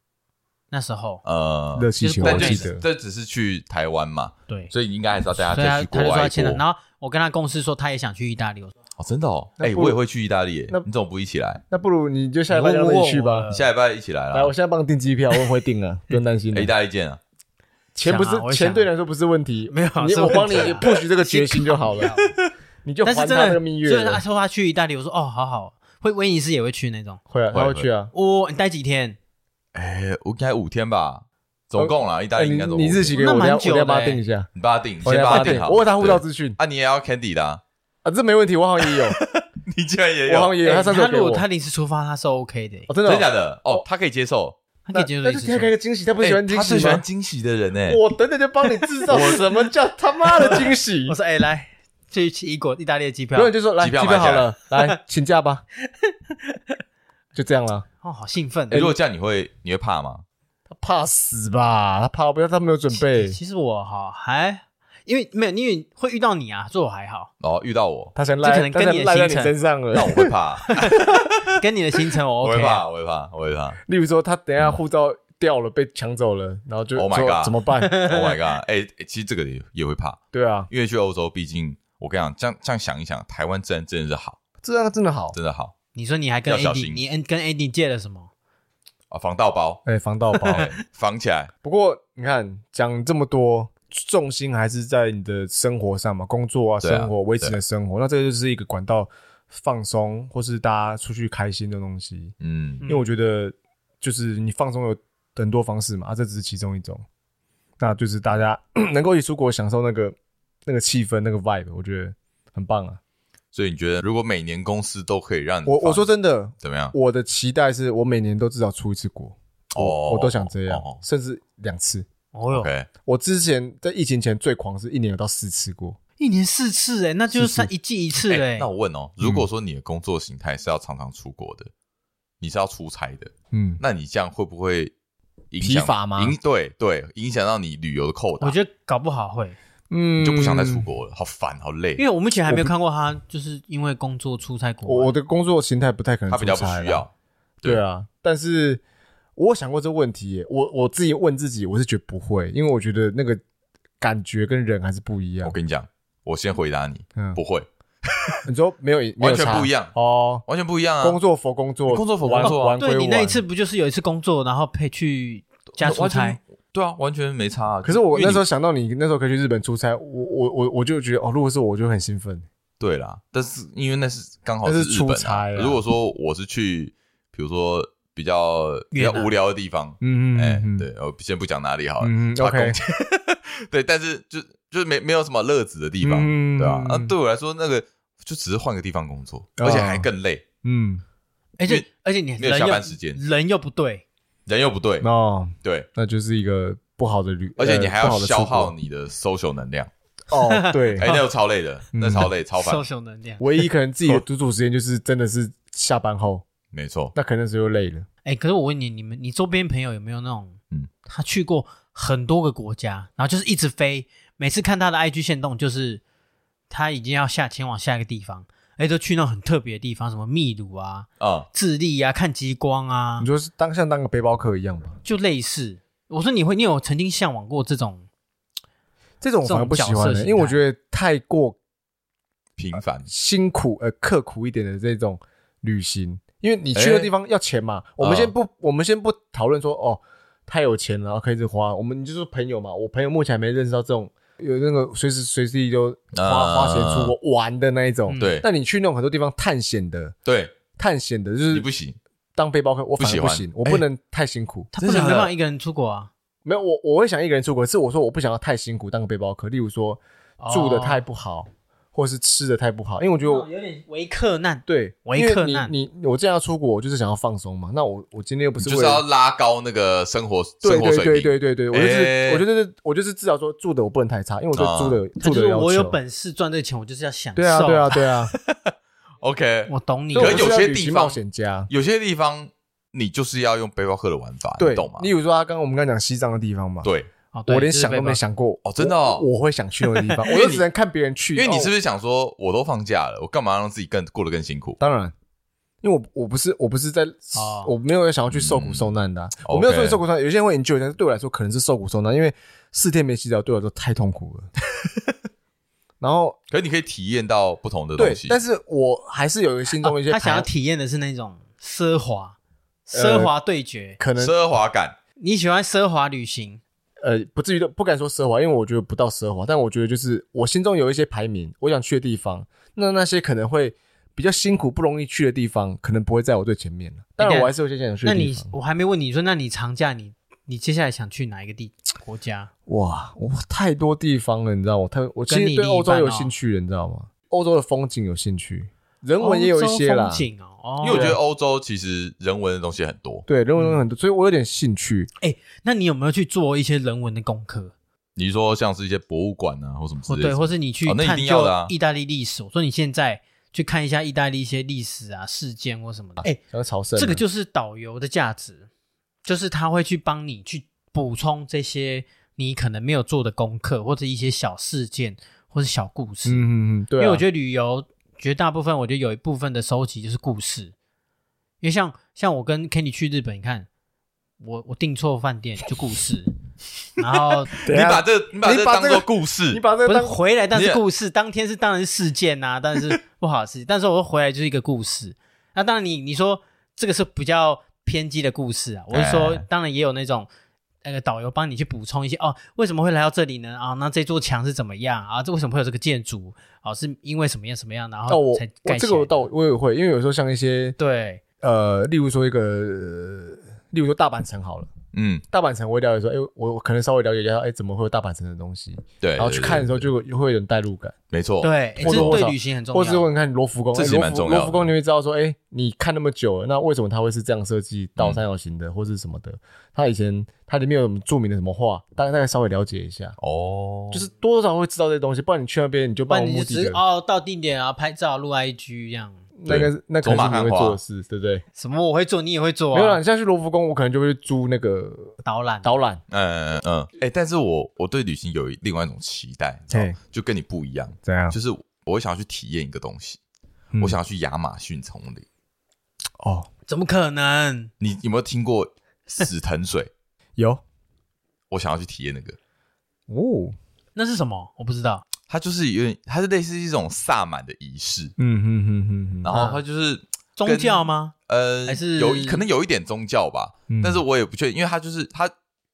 Speaker 3: 那时候
Speaker 2: 呃，
Speaker 1: 热气
Speaker 3: 就是
Speaker 1: 球，
Speaker 3: 国
Speaker 1: 我
Speaker 2: 但
Speaker 3: 内
Speaker 2: 这
Speaker 1: 记
Speaker 2: 只
Speaker 1: 得。
Speaker 2: 这只是去台湾嘛，
Speaker 3: 对，
Speaker 2: 所以你应该还是要带他
Speaker 3: 所以
Speaker 2: 再
Speaker 3: 他
Speaker 2: 去
Speaker 3: 他
Speaker 2: 国
Speaker 3: 就说
Speaker 2: 外
Speaker 3: 他欠了，
Speaker 2: 过。
Speaker 3: 然后我跟他共事说他也想去意大利，我说
Speaker 2: 哦，真的哦，
Speaker 1: 那
Speaker 2: 哎，
Speaker 1: 不如
Speaker 2: 我也会去意大利耶，
Speaker 1: 那
Speaker 2: 你怎么不一起来？
Speaker 1: 那不如你就下礼拜让他们去吧
Speaker 3: 你问我。
Speaker 2: 下礼拜一起来
Speaker 1: 来，
Speaker 2: 啦
Speaker 1: 我。 现在帮你订机票，我很会订啊，不用担心
Speaker 2: 哎
Speaker 1: 的
Speaker 2: 意。大利见啊！
Speaker 1: 钱不是
Speaker 3: 想啊我也想啊
Speaker 1: 钱对你来说不是问 题，
Speaker 3: 没有啊
Speaker 1: 你
Speaker 3: 是
Speaker 1: 我帮你
Speaker 3: 问题啊
Speaker 1: push 这个决心就好了， 你就
Speaker 3: 但
Speaker 1: 还
Speaker 3: 是
Speaker 1: 他
Speaker 3: 真
Speaker 1: 那个
Speaker 3: 的，
Speaker 1: 蜜
Speaker 3: 所以
Speaker 1: 月
Speaker 3: 他
Speaker 1: 了。
Speaker 3: 说他去意大利，我说哦，好好，会威尼斯也会去那种。
Speaker 1: 会啊，
Speaker 2: 会
Speaker 1: 他会去啊。
Speaker 3: 哦，你待几天？
Speaker 2: 哎，我应该五天吧，总共啦，意大
Speaker 1: 哎
Speaker 2: 利应
Speaker 1: 你
Speaker 2: 该总共
Speaker 1: 你日期给我，
Speaker 3: 那
Speaker 1: 我
Speaker 3: 蛮
Speaker 1: 等下
Speaker 3: 久
Speaker 1: 我
Speaker 3: 的
Speaker 1: 等下帮
Speaker 3: 欸
Speaker 1: 他订一下，
Speaker 2: 你帮他定，你先
Speaker 1: 我等下帮
Speaker 2: 帮
Speaker 1: 他
Speaker 2: 他
Speaker 1: 订
Speaker 2: 定。好。
Speaker 1: 我有他护照
Speaker 2: 对
Speaker 1: 资讯
Speaker 2: 啊，你也要 Candy 的啊，
Speaker 1: 啊，这没问题，我好像也有，
Speaker 2: 你竟然也
Speaker 1: 我好
Speaker 2: 有
Speaker 1: 像，也有，
Speaker 3: 哎
Speaker 1: 他上次有
Speaker 3: 他
Speaker 1: 给
Speaker 3: 如
Speaker 1: 我
Speaker 3: 果，他临时出发，他是 OK 的，
Speaker 1: 哦真
Speaker 2: 真的
Speaker 1: 的哦
Speaker 2: 假的？哦，他可以接受，
Speaker 3: 他可
Speaker 1: 那
Speaker 3: 以接受
Speaker 1: 那
Speaker 3: 临
Speaker 1: 就
Speaker 3: 时
Speaker 1: 给他一
Speaker 3: 出
Speaker 1: 个惊喜，他不是喜欢
Speaker 2: 哎
Speaker 1: 惊
Speaker 2: 他
Speaker 1: 喜
Speaker 2: 最喜欢
Speaker 1: 吗？
Speaker 2: 惊喜的人哎呢。
Speaker 1: 我等等就帮你制造什么叫他妈的惊喜
Speaker 3: 发。我。说哎，来去去异国意大利的机票
Speaker 1: 然后，你就说来
Speaker 2: 机
Speaker 1: 机
Speaker 2: 票
Speaker 1: 票
Speaker 2: 买下
Speaker 1: 好
Speaker 2: 来
Speaker 1: 了，来请假吧， 就这样了。
Speaker 3: 哦，好兴奋
Speaker 2: 哎。如果这样，你会你会怕吗？
Speaker 1: 他怕死吧？他怕不要，他没有准备。
Speaker 3: 其实我哈还因为没有，因为会遇到你啊，所以我还 好。
Speaker 2: 哦，遇到我，
Speaker 1: 他想
Speaker 3: 这可
Speaker 1: 赖，
Speaker 3: 能
Speaker 1: 他
Speaker 3: 跟
Speaker 1: 想
Speaker 3: 你的
Speaker 1: 赖
Speaker 3: 行
Speaker 1: 在你
Speaker 3: 程
Speaker 1: 身上了
Speaker 2: 那。我会 怕，
Speaker 3: 跟你的行程我
Speaker 2: 我会
Speaker 3: OK 啊。
Speaker 2: 怕，我会怕，我会怕。
Speaker 1: 例如说，他等一下护照掉了，被抢走了，然后就
Speaker 2: Oh my
Speaker 1: 说
Speaker 2: God
Speaker 1: 怎么办？
Speaker 2: Oh my god！哎、哎其实这个也也会怕，
Speaker 1: 对 啊，
Speaker 2: 因为去欧洲，毕竟我跟你讲，这样这样想一想，台湾自然真的是好，
Speaker 1: 这样真的好。
Speaker 2: 真的好
Speaker 3: 你说你还跟
Speaker 2: 要小
Speaker 3: AD，
Speaker 2: 心
Speaker 3: 你跟 AD 借了什么？
Speaker 2: 啊，防盗包，
Speaker 1: 哎，防盗包。
Speaker 2: 哎防起来，
Speaker 1: 不过你看，讲这么多，重心还是在你的生活上嘛，工作啊，
Speaker 2: 对啊
Speaker 1: 生活维持你的生活。那这就是一个管道放松，或是大家出去开心的东西。
Speaker 2: 嗯
Speaker 1: 因为我觉得就是你放松有很多方式嘛，啊，这只是其中一种。那就是大家 能够一起出国享受那个那个气氛、那个 vibe，我觉得很棒啊。
Speaker 2: 所以你觉得如果每年公司都可以让你
Speaker 1: 我
Speaker 2: 放
Speaker 1: 我说真的，
Speaker 2: 怎么样？
Speaker 1: 我的期待是我每年都至少出一次国，
Speaker 2: 哦
Speaker 1: 我我都想这样，
Speaker 2: 哦
Speaker 1: 甚至两次。
Speaker 3: 哦哟，
Speaker 2: OK，
Speaker 1: 我之前在疫情前最狂是一年有到四次过，
Speaker 3: 一年四次哎，那就是三一季一次
Speaker 2: 哎
Speaker 3: 哎
Speaker 2: 那。我问哦，如果说你的工作形态是要常常出国的，你是要出差的，
Speaker 1: 嗯，
Speaker 2: 那你这样会不会影响
Speaker 1: 疲乏吗
Speaker 2: 影对对，影响到你旅游的扣打，
Speaker 3: 我觉得搞不好会，
Speaker 1: 嗯
Speaker 2: 你就不想再出。国了，好烦，好累
Speaker 3: 因。为我目前还没有看过他，就是因为工作出差国
Speaker 1: 我
Speaker 3: 外
Speaker 1: 我。的工作形态不太可能
Speaker 2: 他
Speaker 1: 出
Speaker 2: 比
Speaker 1: 差
Speaker 2: 较
Speaker 1: 啦，
Speaker 2: 不需要，对
Speaker 1: 对啊，但是我有想过这问题耶，我我自己问自己，我是觉得不会，因为我觉得那个感觉跟人还是不一样
Speaker 2: 我。跟你讲，我先回答你，
Speaker 1: 嗯，
Speaker 2: 不会，
Speaker 1: 你说没有，没有
Speaker 2: 完全
Speaker 1: 差
Speaker 2: 不一样
Speaker 1: 哦。
Speaker 2: 完全不一样啊。
Speaker 1: 工作佛工作，
Speaker 2: 工作佛
Speaker 1: 玩
Speaker 2: 工作啊
Speaker 1: 玩归
Speaker 3: 对你那一
Speaker 1: 玩
Speaker 3: 次，不就是有一次工作，然后配去加出
Speaker 2: 完全
Speaker 3: 差？
Speaker 2: 对啊，完全没差、啊。
Speaker 1: 可是我
Speaker 2: 因为
Speaker 1: 那
Speaker 2: 你
Speaker 1: 时候想到你那时候可以去日本出差，我我我我就觉得哦，如果是我，我就很兴奋。
Speaker 2: 对啦，但是因为那是刚好
Speaker 1: 那是
Speaker 2: 日本、
Speaker 1: 出差啊
Speaker 2: 如果说我是去，比如说比较比
Speaker 3: 越
Speaker 2: 较
Speaker 3: 南
Speaker 2: 无聊的地方，
Speaker 1: 嗯
Speaker 2: 哎、对，，我先不讲哪里好了，
Speaker 1: 嗯
Speaker 2: 打
Speaker 1: ，OK，
Speaker 2: 工 对，但是就就是没没有什么乐子的地方，
Speaker 1: 嗯哦
Speaker 2: 对吧、啊？对我来说，那个就只是换个地方工作，而且还更累，
Speaker 1: 嗯，
Speaker 3: 而
Speaker 2: 因
Speaker 3: 且
Speaker 2: 为
Speaker 3: 而且你
Speaker 2: 没有
Speaker 3: 人
Speaker 2: 下
Speaker 3: 又
Speaker 2: 班时间
Speaker 3: 人又不对，
Speaker 1: 嗯
Speaker 2: 人又不对，
Speaker 1: 那
Speaker 2: 对，
Speaker 1: 那就是一个不好的旅，
Speaker 2: 而且你还要
Speaker 1: 呃不好的出
Speaker 2: 消
Speaker 1: 国
Speaker 2: 耗你的 social 能量，
Speaker 1: 哦，对嗯
Speaker 2: 哎，，那个超累的，那超累，超烦，
Speaker 3: social 能量。
Speaker 1: 唯一可能自己
Speaker 2: 哦
Speaker 1: 的独处时间就是真的是下班后，
Speaker 2: 没错，
Speaker 1: 那可能那时候又累了。
Speaker 3: 哎、可是我问你，你们你周边朋友有没有那种，
Speaker 2: 嗯
Speaker 3: 他去过很多个国家，然后就是一直飞，每次看他的 IG 线动，就是他已经要下前往下一个地方，哎、都去那种很特别的地方，什么秘鲁啊、
Speaker 2: 啊，
Speaker 3: 智利啊、看极光啊
Speaker 1: 你，说是当像当个背包客一样吧？
Speaker 3: 就类似。我说你会，你有曾经向往过这种？
Speaker 1: 这种我反而不喜欢
Speaker 3: 这种角色
Speaker 1: 的，
Speaker 3: 形态
Speaker 1: 因为我觉得太过
Speaker 2: 频
Speaker 1: 啊
Speaker 2: 繁，
Speaker 1: 辛苦呃刻苦一点的这种旅行，因为你去
Speaker 2: 哎
Speaker 1: 的地方要钱嘛。我
Speaker 2: 啊
Speaker 1: 们先不，我们先不讨论说哦太有钱了然后可以一直花，我们就是朋友嘛。我朋友目前还没认识到这种有那个随时随地都花
Speaker 2: 啊
Speaker 1: 花钱出国玩的那一种。
Speaker 3: 嗯
Speaker 2: 对
Speaker 1: 那你去那种很多地方探险的，
Speaker 2: 对，
Speaker 1: 探险的就
Speaker 2: 你
Speaker 1: 是
Speaker 2: 不行，
Speaker 1: 当背包客，我反而
Speaker 2: 不
Speaker 1: 不
Speaker 2: 喜
Speaker 1: 行
Speaker 2: 欢，哎
Speaker 1: 我不能太辛苦。
Speaker 3: 他不能
Speaker 2: 真的
Speaker 3: 没办法一个人出国啊，
Speaker 1: 没有，我我会想一个人出国，是我说我不想要太辛苦当个背包客。例如说住的太不好，或是吃的太不好，因为我觉得
Speaker 3: 哦
Speaker 1: 我
Speaker 3: 有点为克难。
Speaker 1: 对，
Speaker 3: 维
Speaker 1: 因为
Speaker 3: 克
Speaker 1: 你
Speaker 3: 难
Speaker 1: 你我这样要出国，我就是想要放松嘛。那我我今天又不
Speaker 2: 你
Speaker 1: 是
Speaker 2: 就
Speaker 1: 为
Speaker 2: 是要
Speaker 1: 了
Speaker 2: 拉高那个生活
Speaker 1: 对
Speaker 2: 生活
Speaker 1: 对
Speaker 2: 水
Speaker 1: 对
Speaker 2: 平，
Speaker 1: 对对对，我就是、
Speaker 2: 哎
Speaker 1: 我就是我就是至少说住的我不能太差，因为我对
Speaker 2: 啊
Speaker 1: 住的、
Speaker 3: 他
Speaker 1: 住
Speaker 3: 就
Speaker 1: 的
Speaker 3: 是
Speaker 1: 要求。
Speaker 3: 我有本事赚这钱，我就是要享受。
Speaker 1: 对啊对啊，对啊，
Speaker 2: ，OK，
Speaker 3: 我 懂你。
Speaker 1: 所以我
Speaker 2: 可
Speaker 1: 就是
Speaker 2: 有
Speaker 1: 要
Speaker 2: 些
Speaker 1: 旅
Speaker 2: 地
Speaker 1: 行
Speaker 2: 方
Speaker 1: 冒险家，
Speaker 2: 有些地方你就是要用背包客的玩法，
Speaker 1: 对
Speaker 2: 你懂吗，？
Speaker 1: 例如说他刚刚我们刚刚讲西藏的地方嘛，
Speaker 2: 对，
Speaker 3: 哦对
Speaker 1: 我连
Speaker 3: 就是
Speaker 1: 想
Speaker 3: 被
Speaker 1: 都没
Speaker 3: 绑
Speaker 1: 想过
Speaker 2: 哦真的哦
Speaker 1: 我我会想去那个地方，
Speaker 2: 因
Speaker 1: 我
Speaker 2: 为
Speaker 1: 就
Speaker 2: 你
Speaker 1: 只能看别人去，
Speaker 2: 因为你
Speaker 1: 哦
Speaker 2: 是不是想说，我都放假了，我干嘛让自己更过得更辛苦？
Speaker 1: 当然，因为我我不是我不是在、
Speaker 3: 哦
Speaker 1: 我没有想要去受苦受难的啊、
Speaker 2: 嗯
Speaker 1: 我没有说
Speaker 2: OK
Speaker 1: 你受苦受难，有些人会 enjoy，但是对我来说可能是受苦受难，因为四天没洗澡对我来说太痛苦了。 然后
Speaker 2: 可是你可以体验到不同的
Speaker 1: 对
Speaker 2: 东西，，
Speaker 1: 但是我还是有一个心中一些、
Speaker 3: 哦
Speaker 1: 呃
Speaker 3: 他想要，体验的是那种奢华，奢华对决。
Speaker 1: 可能
Speaker 2: 奢华感
Speaker 3: 你喜欢奢华旅行？
Speaker 1: 呃不至于的，不敢说奢华，因为我觉得不到奢华，但我觉得就是我心中有一些排名，我想去的地方，那那些可能会。比较辛苦、不容易去的地方，可能不会在我最前面了。当然，我还是有些想去
Speaker 3: 那
Speaker 1: 的
Speaker 3: 你
Speaker 1: 地方。
Speaker 3: 我还没问你说，那你长假你你接下来想去哪一个地国家？
Speaker 1: 哇，我太多地方了，你知道我太我其
Speaker 3: 跟你
Speaker 1: 实对
Speaker 3: 另一
Speaker 1: 欧洲
Speaker 3: 半
Speaker 1: 有
Speaker 3: 哦
Speaker 1: 兴趣了，你知道吗？欧洲的风景有兴趣，人文也有一些
Speaker 3: 欧洲
Speaker 1: 啦
Speaker 3: 风。景哦，哦
Speaker 2: 因为我觉得欧洲其实人文的东西很多，
Speaker 1: 对，人
Speaker 3: 嗯
Speaker 1: 文有很多，所以我有点兴趣。
Speaker 3: 那你有没有去做一些人文的功课？
Speaker 2: 你说像是一些博物馆啊或什么之
Speaker 3: 或
Speaker 2: 类的
Speaker 3: 对，，或是你去
Speaker 2: 哦那一
Speaker 3: 探
Speaker 2: 定要
Speaker 3: 究
Speaker 2: 的啊
Speaker 3: 意大利历史？我说你现在去看一下意大利一些历史啊、事件或什么的。哎，
Speaker 1: 想要朝圣啊，
Speaker 3: 这个就是导游的价值，就是他会去帮你去补充这些你可能没有做的功课，或者一些小事件，或是小故事。
Speaker 1: 嗯嗯嗯，对啊、
Speaker 3: 因为我觉
Speaker 1: 得
Speaker 3: 得旅游绝大部分，我觉得有一部分的收集就是故事。因为像像我跟 Kenny 去日本，你看我我订错饭店就故事，然后
Speaker 2: 你把这你把
Speaker 1: 你
Speaker 2: 这
Speaker 1: 把
Speaker 2: 当
Speaker 1: 这
Speaker 2: 做
Speaker 1: 个
Speaker 2: 故事，
Speaker 1: 你把这
Speaker 3: 不
Speaker 1: 个
Speaker 3: 是
Speaker 1: 当
Speaker 3: 回来，但
Speaker 2: 你
Speaker 3: 是
Speaker 2: 也
Speaker 3: 故事当天是当然是事件 呐、当然是不好的事情。但是我回来就是一个故事。那当然你，你说这个是比较偏激的故事啊，我是说
Speaker 2: 哎，
Speaker 3: 当然也有那种那个导游帮你去补充一些哦，为什么会来到这里呢？啊，那这座墙是怎么样啊？这为什么会有这个建筑？啊，是因为什么样什么样，然
Speaker 1: 到
Speaker 3: 后
Speaker 1: 哦我
Speaker 3: 才
Speaker 1: 我
Speaker 3: 盖
Speaker 1: 这
Speaker 3: 起
Speaker 1: 个
Speaker 3: 来
Speaker 1: 我到我也会，因为有时候像一些
Speaker 3: 对，
Speaker 1: 呃，例如说一个，呃例如说大阪城好了，
Speaker 2: 嗯，
Speaker 1: 大阪城我会了解说，哎、我我可能稍微了解一下，哎、怎么会有大阪城的东西，
Speaker 2: 对，
Speaker 1: 然后去
Speaker 2: 对
Speaker 1: 看
Speaker 2: 对
Speaker 1: 的，时候就会会有点代入感。
Speaker 2: 没错，
Speaker 3: 对，诶
Speaker 1: 或
Speaker 3: 这
Speaker 1: 多或
Speaker 3: 对
Speaker 1: 少
Speaker 3: 旅行很重
Speaker 1: 或是
Speaker 3: 要。
Speaker 1: 问看罗浮宫，
Speaker 2: 这
Speaker 1: 哎
Speaker 2: 其实
Speaker 1: 罗
Speaker 2: 蛮
Speaker 1: 浮
Speaker 2: 重要
Speaker 1: 罗浮宫你会知道说，哎、你看那么久了，那为什么它会是这样设计倒三
Speaker 2: 嗯
Speaker 1: 角形的，或是什么的？它以前它里面有什么著名的什么画，大概大概稍微了解一下，
Speaker 2: 哦，
Speaker 1: 就是多多少少会知道这些东西。不然你去那边你就
Speaker 3: 不
Speaker 1: 漫
Speaker 3: 然
Speaker 1: 无
Speaker 3: 你
Speaker 1: 目
Speaker 3: 就
Speaker 1: 的
Speaker 3: 只
Speaker 1: 的
Speaker 3: 是，哦到定点啊拍照录 IG 这样。
Speaker 1: 那个那可
Speaker 2: 走马
Speaker 1: 能是
Speaker 2: 看
Speaker 1: 你会
Speaker 2: 花
Speaker 1: 做的事，对不对？
Speaker 3: 什么我会做，你也会做
Speaker 1: 没有啦，
Speaker 3: 啊
Speaker 1: 你？现在去罗浮宫，我可能就会租那个
Speaker 3: 导览
Speaker 1: 导览，
Speaker 2: 嗯嗯嗯，哎、但是我我对旅行有另外一种期待，你知道吗
Speaker 1: 嘿
Speaker 2: 就跟你不一样，
Speaker 1: 怎样？
Speaker 2: 就是我会想要去体验一个东西，
Speaker 1: 嗯
Speaker 2: 我想要去亚马逊丛林。
Speaker 1: 哦，
Speaker 3: 怎么可能？
Speaker 2: 你有没有听过死藤水？
Speaker 1: 有
Speaker 2: 我想要去体验那个，
Speaker 1: 哦，
Speaker 3: 那是什么？我不知道。
Speaker 2: 它就是有点，它是类似一种萨满的仪式，
Speaker 1: 嗯哼哼哼
Speaker 2: 然后它就是
Speaker 3: 宗
Speaker 2: 跟
Speaker 3: 教吗？
Speaker 2: 呃，
Speaker 3: 还是
Speaker 2: 有可能有一点宗教吧，
Speaker 1: 嗯
Speaker 2: 但是我也不确定，因为它就是它，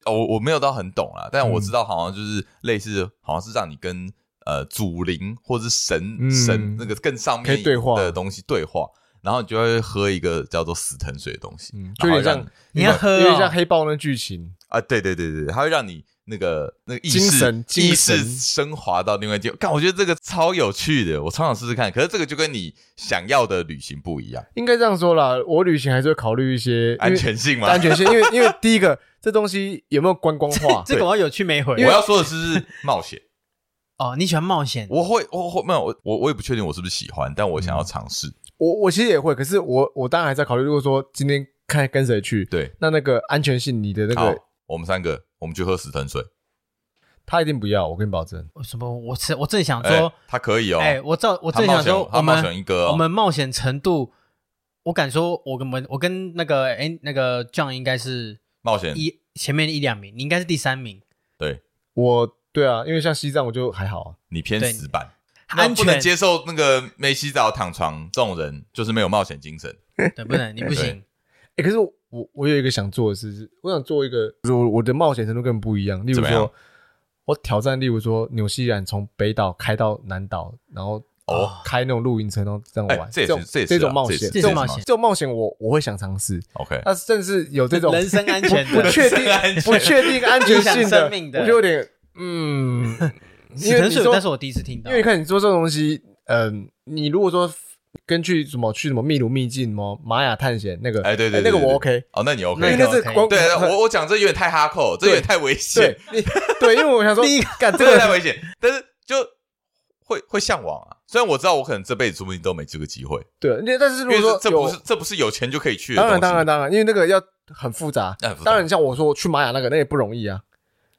Speaker 2: 哦我我没有到很懂啦，但我
Speaker 1: 嗯
Speaker 2: 知道好像就是类似，好像是让你跟呃祖灵或是神、
Speaker 1: 嗯
Speaker 2: 神那个更上面
Speaker 1: 可以对话
Speaker 2: 的东西对话，然后你就会喝一个叫做死藤水的东西，
Speaker 1: 嗯，
Speaker 2: 然
Speaker 1: 就
Speaker 2: 后
Speaker 1: 有点
Speaker 2: 让
Speaker 1: 像，
Speaker 3: 你要喝
Speaker 1: 有点像
Speaker 3: 哦，？
Speaker 1: 黑豹那剧情，
Speaker 2: 啊，对对对对，对它会让你那个那个意
Speaker 1: 精
Speaker 2: 识
Speaker 1: 神精
Speaker 2: 意识
Speaker 1: 神
Speaker 2: 升华到另外一境。看，我觉得这个超有趣的，我超想试试看。可是这个就跟你想要的旅行不一样，
Speaker 1: 应该这样说啦。我旅行还是会考虑一些
Speaker 2: 安。
Speaker 1: 因为
Speaker 2: 全性嘛。
Speaker 1: 安全性，因为因为第一个，这东西有没有观光化
Speaker 3: 这个我要有去没回
Speaker 2: 我要说的是冒险，
Speaker 3: 哦。你喜欢冒险，
Speaker 2: 我会我会没有我我我也不确定我是不是喜欢，但我想
Speaker 3: 嗯
Speaker 2: 要尝试。
Speaker 1: 我我其实也会，可是我我当然还在考虑，如果说今天看跟谁去，
Speaker 2: 对，
Speaker 1: 那那个安全性，你的那
Speaker 2: 好
Speaker 1: 个，
Speaker 2: 我们三个我们去喝死藤水。
Speaker 1: 他一定不要，我跟你保证。
Speaker 3: 什么？我是我正想
Speaker 2: 哎
Speaker 3: 说，，
Speaker 2: 他可以哦，
Speaker 3: 哎，我照我
Speaker 2: 他
Speaker 3: 正
Speaker 2: 冒
Speaker 3: 想
Speaker 2: 险
Speaker 3: 说，
Speaker 2: 他
Speaker 3: 我
Speaker 2: 冒险
Speaker 3: 们
Speaker 2: 一哥哦，
Speaker 3: 我们冒险程度，我敢说，我跟我们我跟那个哎那个 John 应该是
Speaker 2: 冒险
Speaker 3: 一前面一两名，你应该是第三名，
Speaker 2: 对
Speaker 1: 我对啊，因为像西藏我就还好啊，
Speaker 2: 你偏
Speaker 3: 对
Speaker 2: 死板。那
Speaker 3: 安
Speaker 2: 不能
Speaker 3: 全
Speaker 2: 接受那个没洗澡躺床这种人，就是没有冒险精神。
Speaker 3: 对不能，你不行。
Speaker 1: 哎、可是我我我有一个想做的事，是我想做一个，我我的冒险程度跟你不一样。例
Speaker 2: 怎
Speaker 1: 如
Speaker 2: 么样
Speaker 1: 说，我挑战，例如说纽西兰从北岛开到南岛，然后
Speaker 2: 哦
Speaker 1: 开那种露营车，然后这样玩，
Speaker 2: 哎这也是
Speaker 1: 种
Speaker 2: 这也是啊
Speaker 1: 这种冒险，
Speaker 2: 这
Speaker 3: 也是啊这也
Speaker 1: 种
Speaker 3: 是冒险
Speaker 1: 这种冒险我我会想尝试。
Speaker 2: OK，
Speaker 1: 那甚至有这种
Speaker 3: 人身安全
Speaker 1: 不
Speaker 3: 的
Speaker 1: 确
Speaker 2: 人身安
Speaker 1: 定
Speaker 2: 全
Speaker 1: 不确定安全性
Speaker 3: 影响生命的
Speaker 1: 我就有点 嗯，
Speaker 3: 死
Speaker 1: 因为
Speaker 3: 藤
Speaker 1: 你
Speaker 3: 水，
Speaker 1: 说
Speaker 3: 但是我第一次听到
Speaker 1: 因为。你看你做这种东西，嗯、你如果说根据什么去什么秘鲁秘境、什么玛雅探险那个，
Speaker 2: 哎对对对
Speaker 1: 那个我
Speaker 2: 对
Speaker 1: OK，
Speaker 2: 哦，那你
Speaker 1: 因为
Speaker 2: OK？
Speaker 1: 那是
Speaker 3: OK
Speaker 1: 光
Speaker 2: 对，我我讲这有点太哈扣，这有点
Speaker 1: 对
Speaker 2: 太危
Speaker 1: 对
Speaker 2: 险，
Speaker 1: 你对，因为我想 说，干这
Speaker 2: 这个太
Speaker 1: 个
Speaker 2: 危险。但是就会会向往啊，虽然我知道我可能这辈子说不定都没这个机会，
Speaker 1: 对，那但是
Speaker 2: 因
Speaker 1: 如
Speaker 2: 为
Speaker 1: 果说
Speaker 2: 这这
Speaker 1: 有
Speaker 2: 不是这不是有钱就可以去的
Speaker 1: 当然
Speaker 2: 东西
Speaker 1: 当然当然，因为那个要很复杂
Speaker 2: 那很复，杂
Speaker 1: 当然像我说我去玛雅那个那也不容易啊，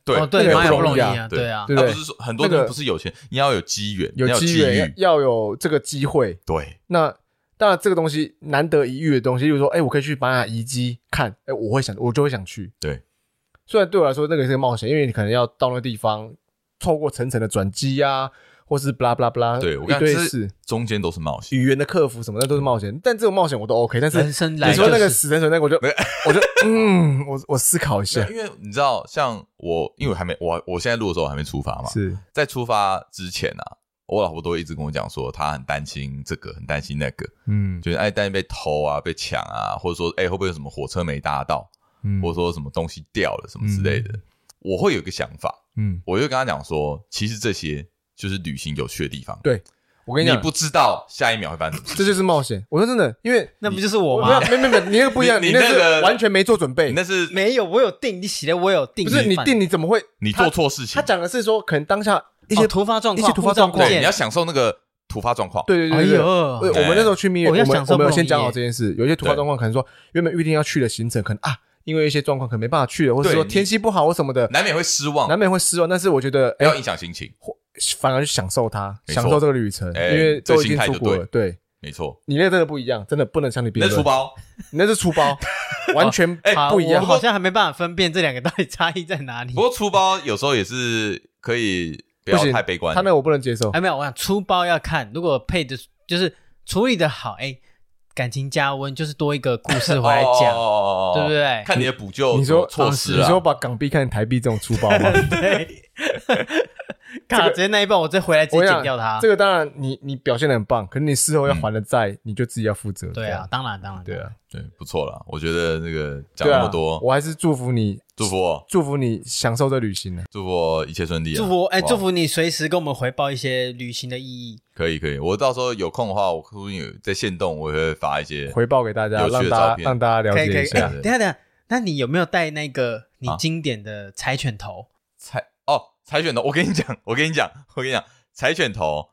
Speaker 2: 对
Speaker 3: 哦，对，
Speaker 1: 那个
Speaker 3: 玛雅
Speaker 1: 不
Speaker 3: 不容
Speaker 1: 容
Speaker 3: 易
Speaker 1: 易啊
Speaker 3: 啊，对啊
Speaker 1: 对，
Speaker 2: 他
Speaker 1: 不
Speaker 2: 不
Speaker 1: 对
Speaker 2: 是说很多
Speaker 1: 那个
Speaker 2: 人不是有钱，你要有机缘，
Speaker 1: 有
Speaker 2: 你要
Speaker 1: 机
Speaker 2: 遇
Speaker 1: 缘，要要有这个机会，
Speaker 2: 对，
Speaker 1: 那。当然，这个东西难得一遇的东西，就是说，哎、我可以去玛雅遗迹看，哎、我会想，我就会想去。
Speaker 2: 对，
Speaker 1: 虽然对我来说那个是个冒险，因为你可能要到那地方，透过层层的转机啊，或是 blah blah blah，
Speaker 2: 对我
Speaker 1: 一
Speaker 2: 刚
Speaker 1: 堆
Speaker 2: 是
Speaker 1: 事，
Speaker 2: 中间都是冒险，
Speaker 1: 语言的克服什么的都是冒险，但这种冒险我都 OK。但是
Speaker 3: 人生来
Speaker 1: 你说
Speaker 3: 就
Speaker 1: 那个
Speaker 3: 是
Speaker 1: 死神水那个，我就我就嗯，我我思考一下
Speaker 2: 对，，因为你知道，像我，因为我还没我我现在录的时候我还没出发嘛，
Speaker 1: 是
Speaker 2: 在出发之前啊，我老婆都会一直跟我讲说，她很担心这个，很担心那个，
Speaker 1: 嗯
Speaker 2: 就是哎担心被偷啊、被抢啊，或者说哎会不会有什么火车没搭到，
Speaker 1: 嗯
Speaker 2: 或者说什么东西掉了什么之类的。我会有一个想法，
Speaker 1: 嗯，
Speaker 2: 我就跟她讲说，其实这些就是旅行有趣的地方，
Speaker 1: 对我跟
Speaker 2: 你
Speaker 1: 讲，
Speaker 2: 不知道下一秒会发生什么事。
Speaker 1: 这就是冒险。我说真的，因为
Speaker 3: 那不就是我
Speaker 1: 我
Speaker 3: 吗？
Speaker 1: 没没没，你那个不一样，
Speaker 2: 你
Speaker 1: 你那
Speaker 2: 你那个
Speaker 1: 是完全没做准备
Speaker 2: 你，那是
Speaker 3: 没有，我有定，你写的我有定，
Speaker 1: 不是你
Speaker 3: 反
Speaker 1: 定你怎么会？
Speaker 2: 你
Speaker 1: 他
Speaker 2: 做错事情
Speaker 1: 他，讲的是说，可能当下一
Speaker 3: 一
Speaker 1: 些
Speaker 3: 些哦突发状况，
Speaker 1: 哦一些突发
Speaker 3: 护照
Speaker 1: 状况
Speaker 3: 不
Speaker 2: 对，
Speaker 3: 见
Speaker 2: 你要享受那个突发状况。，
Speaker 1: 对对
Speaker 3: 哎
Speaker 1: 对对对，
Speaker 3: 呦，
Speaker 1: 对，我们那时候去蜜月，
Speaker 3: 我
Speaker 1: 我
Speaker 3: 要
Speaker 1: 们
Speaker 3: 享受
Speaker 1: 我们
Speaker 3: 不
Speaker 1: 有
Speaker 3: 容
Speaker 1: 先
Speaker 3: 易
Speaker 1: 讲好
Speaker 3: 耶
Speaker 1: 这件事。有一些突发
Speaker 2: 对
Speaker 1: 状况，可能说原本预定要去的行程，可能啊，因为一些状况可能没办法去了，或者
Speaker 2: 对
Speaker 1: 说
Speaker 2: 你
Speaker 1: 天气不好或什么的，
Speaker 2: 难免会失望，
Speaker 1: 难免会失望。但是我觉得，
Speaker 2: 不
Speaker 1: 哎
Speaker 2: 要，影响心情。
Speaker 1: 反而去享受它，
Speaker 2: 没
Speaker 1: 享
Speaker 2: 错
Speaker 1: 受这个旅程，
Speaker 2: 哎
Speaker 1: 因为
Speaker 2: 这
Speaker 1: 都已
Speaker 2: 心
Speaker 1: 经
Speaker 2: 态
Speaker 1: 出
Speaker 2: 就
Speaker 1: 国
Speaker 2: 对
Speaker 1: 了。对
Speaker 2: 没错，
Speaker 1: 你那真的不一样，真的不能相提并
Speaker 2: 那
Speaker 1: 论。
Speaker 2: 是出，哎包。
Speaker 1: 你那是粗 包，完全
Speaker 3: 好
Speaker 1: 哎不一样
Speaker 3: 我。好像还没办法分辨这两个到底差异在哪里
Speaker 2: 不。过粗包有时候也是可以不
Speaker 1: 不
Speaker 2: 要
Speaker 1: 行
Speaker 2: 太悲观。
Speaker 1: 他那个我不能接受
Speaker 3: 哎，。没有，我想粗包要看，如果配的就是处理的好，哎，感情加温，就是多一个故事回来
Speaker 2: 哦
Speaker 3: 讲，
Speaker 2: 哦哦哦哦
Speaker 3: 对不对？
Speaker 2: 看你的补救
Speaker 1: 你说
Speaker 2: 措施
Speaker 1: 你
Speaker 2: 了
Speaker 1: 说，把港币看台币这种粗包 吗？
Speaker 3: 对，卡直接那一半，我再回来直
Speaker 1: 我
Speaker 3: 接
Speaker 1: 想
Speaker 3: 剪掉它
Speaker 1: 这。个当然你你表现的很棒，可是你事后要还的债，你就自己要负责。
Speaker 3: 对
Speaker 1: 这
Speaker 3: 啊
Speaker 1: 样，，
Speaker 3: 当然当然，
Speaker 1: 对啊。
Speaker 2: 嗯对，不错了。我觉得那个讲
Speaker 1: 对
Speaker 2: 那
Speaker 1: 啊
Speaker 2: 么多，
Speaker 1: 我还是祝福你，
Speaker 2: 祝福我，
Speaker 1: 祝福你享受这旅行啊呢。
Speaker 2: 祝福我一切顺利啊。
Speaker 3: 祝福哎，
Speaker 2: 哇
Speaker 3: 祝福你随时跟我们回报一些旅行的意义。
Speaker 2: 可以可以。我到时候有空的话，我说不定有在线动，我也会发一些。
Speaker 1: 回报给大家，
Speaker 2: 有趣的照
Speaker 1: 让大家
Speaker 2: 片
Speaker 1: 让大家了
Speaker 3: 可以可
Speaker 1: 解
Speaker 3: 以
Speaker 1: 一，
Speaker 3: 哎、
Speaker 1: 下
Speaker 2: 对。
Speaker 3: 等一下等一下，那你有没有带那个你
Speaker 2: 啊
Speaker 3: 经典的柴犬头？
Speaker 2: 柴哦，柴犬头，我跟你讲，我跟你讲，我跟你讲，柴犬头。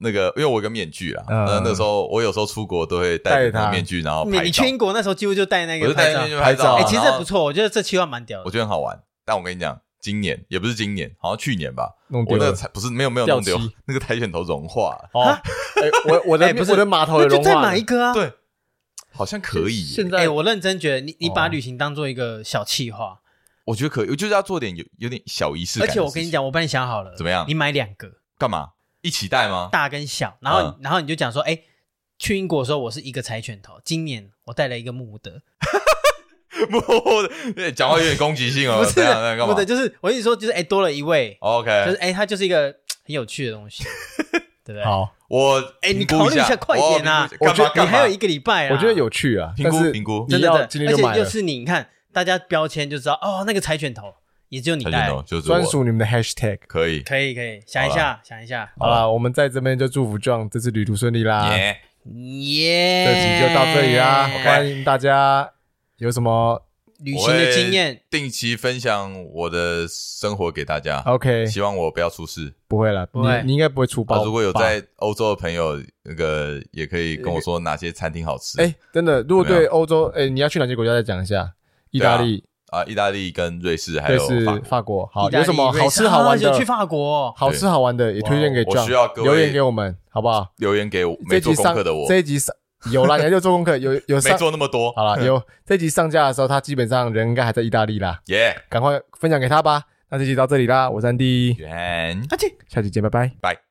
Speaker 2: 那个，因为我有个面具啦，
Speaker 1: 嗯
Speaker 2: 那、那时候我有时候出国都会
Speaker 1: 戴
Speaker 2: 戴
Speaker 1: 着
Speaker 2: 着那个
Speaker 1: 它
Speaker 2: 面具，然后
Speaker 3: 你
Speaker 2: 哦拍
Speaker 3: 你
Speaker 2: 照
Speaker 3: 去。英国那时候几乎就带那
Speaker 2: 我
Speaker 3: 个
Speaker 2: 就戴
Speaker 3: 拍
Speaker 2: 着
Speaker 3: 照
Speaker 2: 面。具拍
Speaker 1: 拍照
Speaker 2: 照，
Speaker 3: 哎、
Speaker 1: 啊
Speaker 3: 其实
Speaker 2: 然
Speaker 3: 这
Speaker 2: 后
Speaker 3: 不错，我觉得这计划蛮屌
Speaker 2: 我
Speaker 3: 的。
Speaker 2: 觉得很好玩。但我跟你讲，今年也不是今年，好像去年吧，
Speaker 1: 弄
Speaker 2: 我
Speaker 1: 丢
Speaker 2: 那个
Speaker 1: 了。
Speaker 2: 才不是没有没有弄丢
Speaker 1: 掉漆，
Speaker 2: 那个柴犬头融化了，
Speaker 1: 哦，哎 我我的
Speaker 3: 哎不是
Speaker 1: 我的码头
Speaker 3: 那
Speaker 1: 也
Speaker 3: 就
Speaker 1: 融
Speaker 3: 再
Speaker 1: 化
Speaker 3: 买
Speaker 1: 了
Speaker 3: 一。个啊！，
Speaker 2: 对，好像可以耶。
Speaker 1: 现
Speaker 3: 哎、
Speaker 1: 在
Speaker 3: 我认真觉得你你把
Speaker 1: 哦
Speaker 3: 旅行当做一个小计划，
Speaker 2: 我觉得可以，我就是要做点有有点小仪式
Speaker 3: 而
Speaker 2: 感。
Speaker 3: 且我跟你，讲，我帮你想好了，
Speaker 2: 怎么样
Speaker 3: 你买两个，
Speaker 2: 干嘛一起戴 吗？
Speaker 3: 大跟小，然后
Speaker 2: 嗯
Speaker 3: 你、然后你就讲说，哎、去英国的时候我是一个柴犬头，今年我带了一个穆德，
Speaker 2: 不，讲话有点攻击性哦。
Speaker 3: 不是
Speaker 2: 这样那干
Speaker 3: 穆
Speaker 2: 嘛哦
Speaker 3: 德，就是我跟你说，就是哎、多了一位，
Speaker 2: ？OK，
Speaker 3: 就是哎、它就是一个很有趣的东西。对不对？
Speaker 1: 好，
Speaker 2: 我
Speaker 3: 哎，你
Speaker 2: 评估
Speaker 3: 考虑
Speaker 2: 一
Speaker 3: 下，快点啊！
Speaker 2: 我评估一下
Speaker 3: 你
Speaker 2: 干嘛干
Speaker 3: 还有
Speaker 2: 嘛？
Speaker 3: 一个礼拜啊！
Speaker 1: 我觉得有趣啊，
Speaker 2: 评估
Speaker 1: 但是
Speaker 2: 评估
Speaker 1: 你
Speaker 3: 真的，
Speaker 1: 要
Speaker 3: 真的
Speaker 1: 今天
Speaker 3: 而
Speaker 1: 就买
Speaker 3: 且又
Speaker 1: 了，
Speaker 3: 是你，你看大家标签就知道，哦，那个柴犬头也只有你
Speaker 2: 才
Speaker 3: 戴
Speaker 2: 见，到就是我
Speaker 1: 专属你们的 hashtag。
Speaker 2: 可以，
Speaker 3: 可以可以，想一下想一下，
Speaker 1: 好啦，我们在这边就祝福 John 这次旅途顺利啦。
Speaker 3: 啊
Speaker 2: 耶，
Speaker 3: 耶！
Speaker 1: 这集就到这里啦，
Speaker 2: OK
Speaker 1: 欢迎大家有什么
Speaker 3: 旅行的经验，，
Speaker 2: 定期分享我的生活给大家。
Speaker 1: OK？
Speaker 2: 希望我不要出事。
Speaker 1: 不会了，
Speaker 3: 不会
Speaker 1: 你你应该不会出
Speaker 2: 啊，
Speaker 1: 包。
Speaker 2: 如果有在欧洲的朋友，那个也可以跟我说哪些餐厅好吃。
Speaker 1: 哎，真的，如果
Speaker 2: 怎么
Speaker 1: 对欧洲，哎，你要去哪些国家再讲一下？意大利、
Speaker 2: 啊，意大利跟瑞士还
Speaker 1: 瑞
Speaker 2: 有
Speaker 1: 士
Speaker 2: 法、国
Speaker 1: 法国，好，
Speaker 3: 意大利
Speaker 1: 有什么
Speaker 3: 瑞士
Speaker 1: 好吃好玩
Speaker 3: 啊
Speaker 1: 的
Speaker 3: 就？去法国，
Speaker 1: 好吃好玩的也推荐给
Speaker 2: 我需要
Speaker 1: John，
Speaker 2: 各位
Speaker 1: 留言给我们，好不好？
Speaker 2: 留言给我
Speaker 1: 这
Speaker 2: 没
Speaker 1: 一
Speaker 2: 做
Speaker 1: 集
Speaker 2: 功
Speaker 1: 上
Speaker 2: 课的我，
Speaker 1: 这一集上有啦，你还就做功课，有有
Speaker 2: 没
Speaker 1: 上
Speaker 2: 做那么多。
Speaker 1: 好啦，有这集上架的时候，他基本上人应该还在意大利啦，
Speaker 2: 耶，
Speaker 1: 赶快分享给他吧。那这集到这里啦，我是安迪，
Speaker 2: 远
Speaker 3: 而且
Speaker 1: 下期见，拜拜。
Speaker 2: 拜。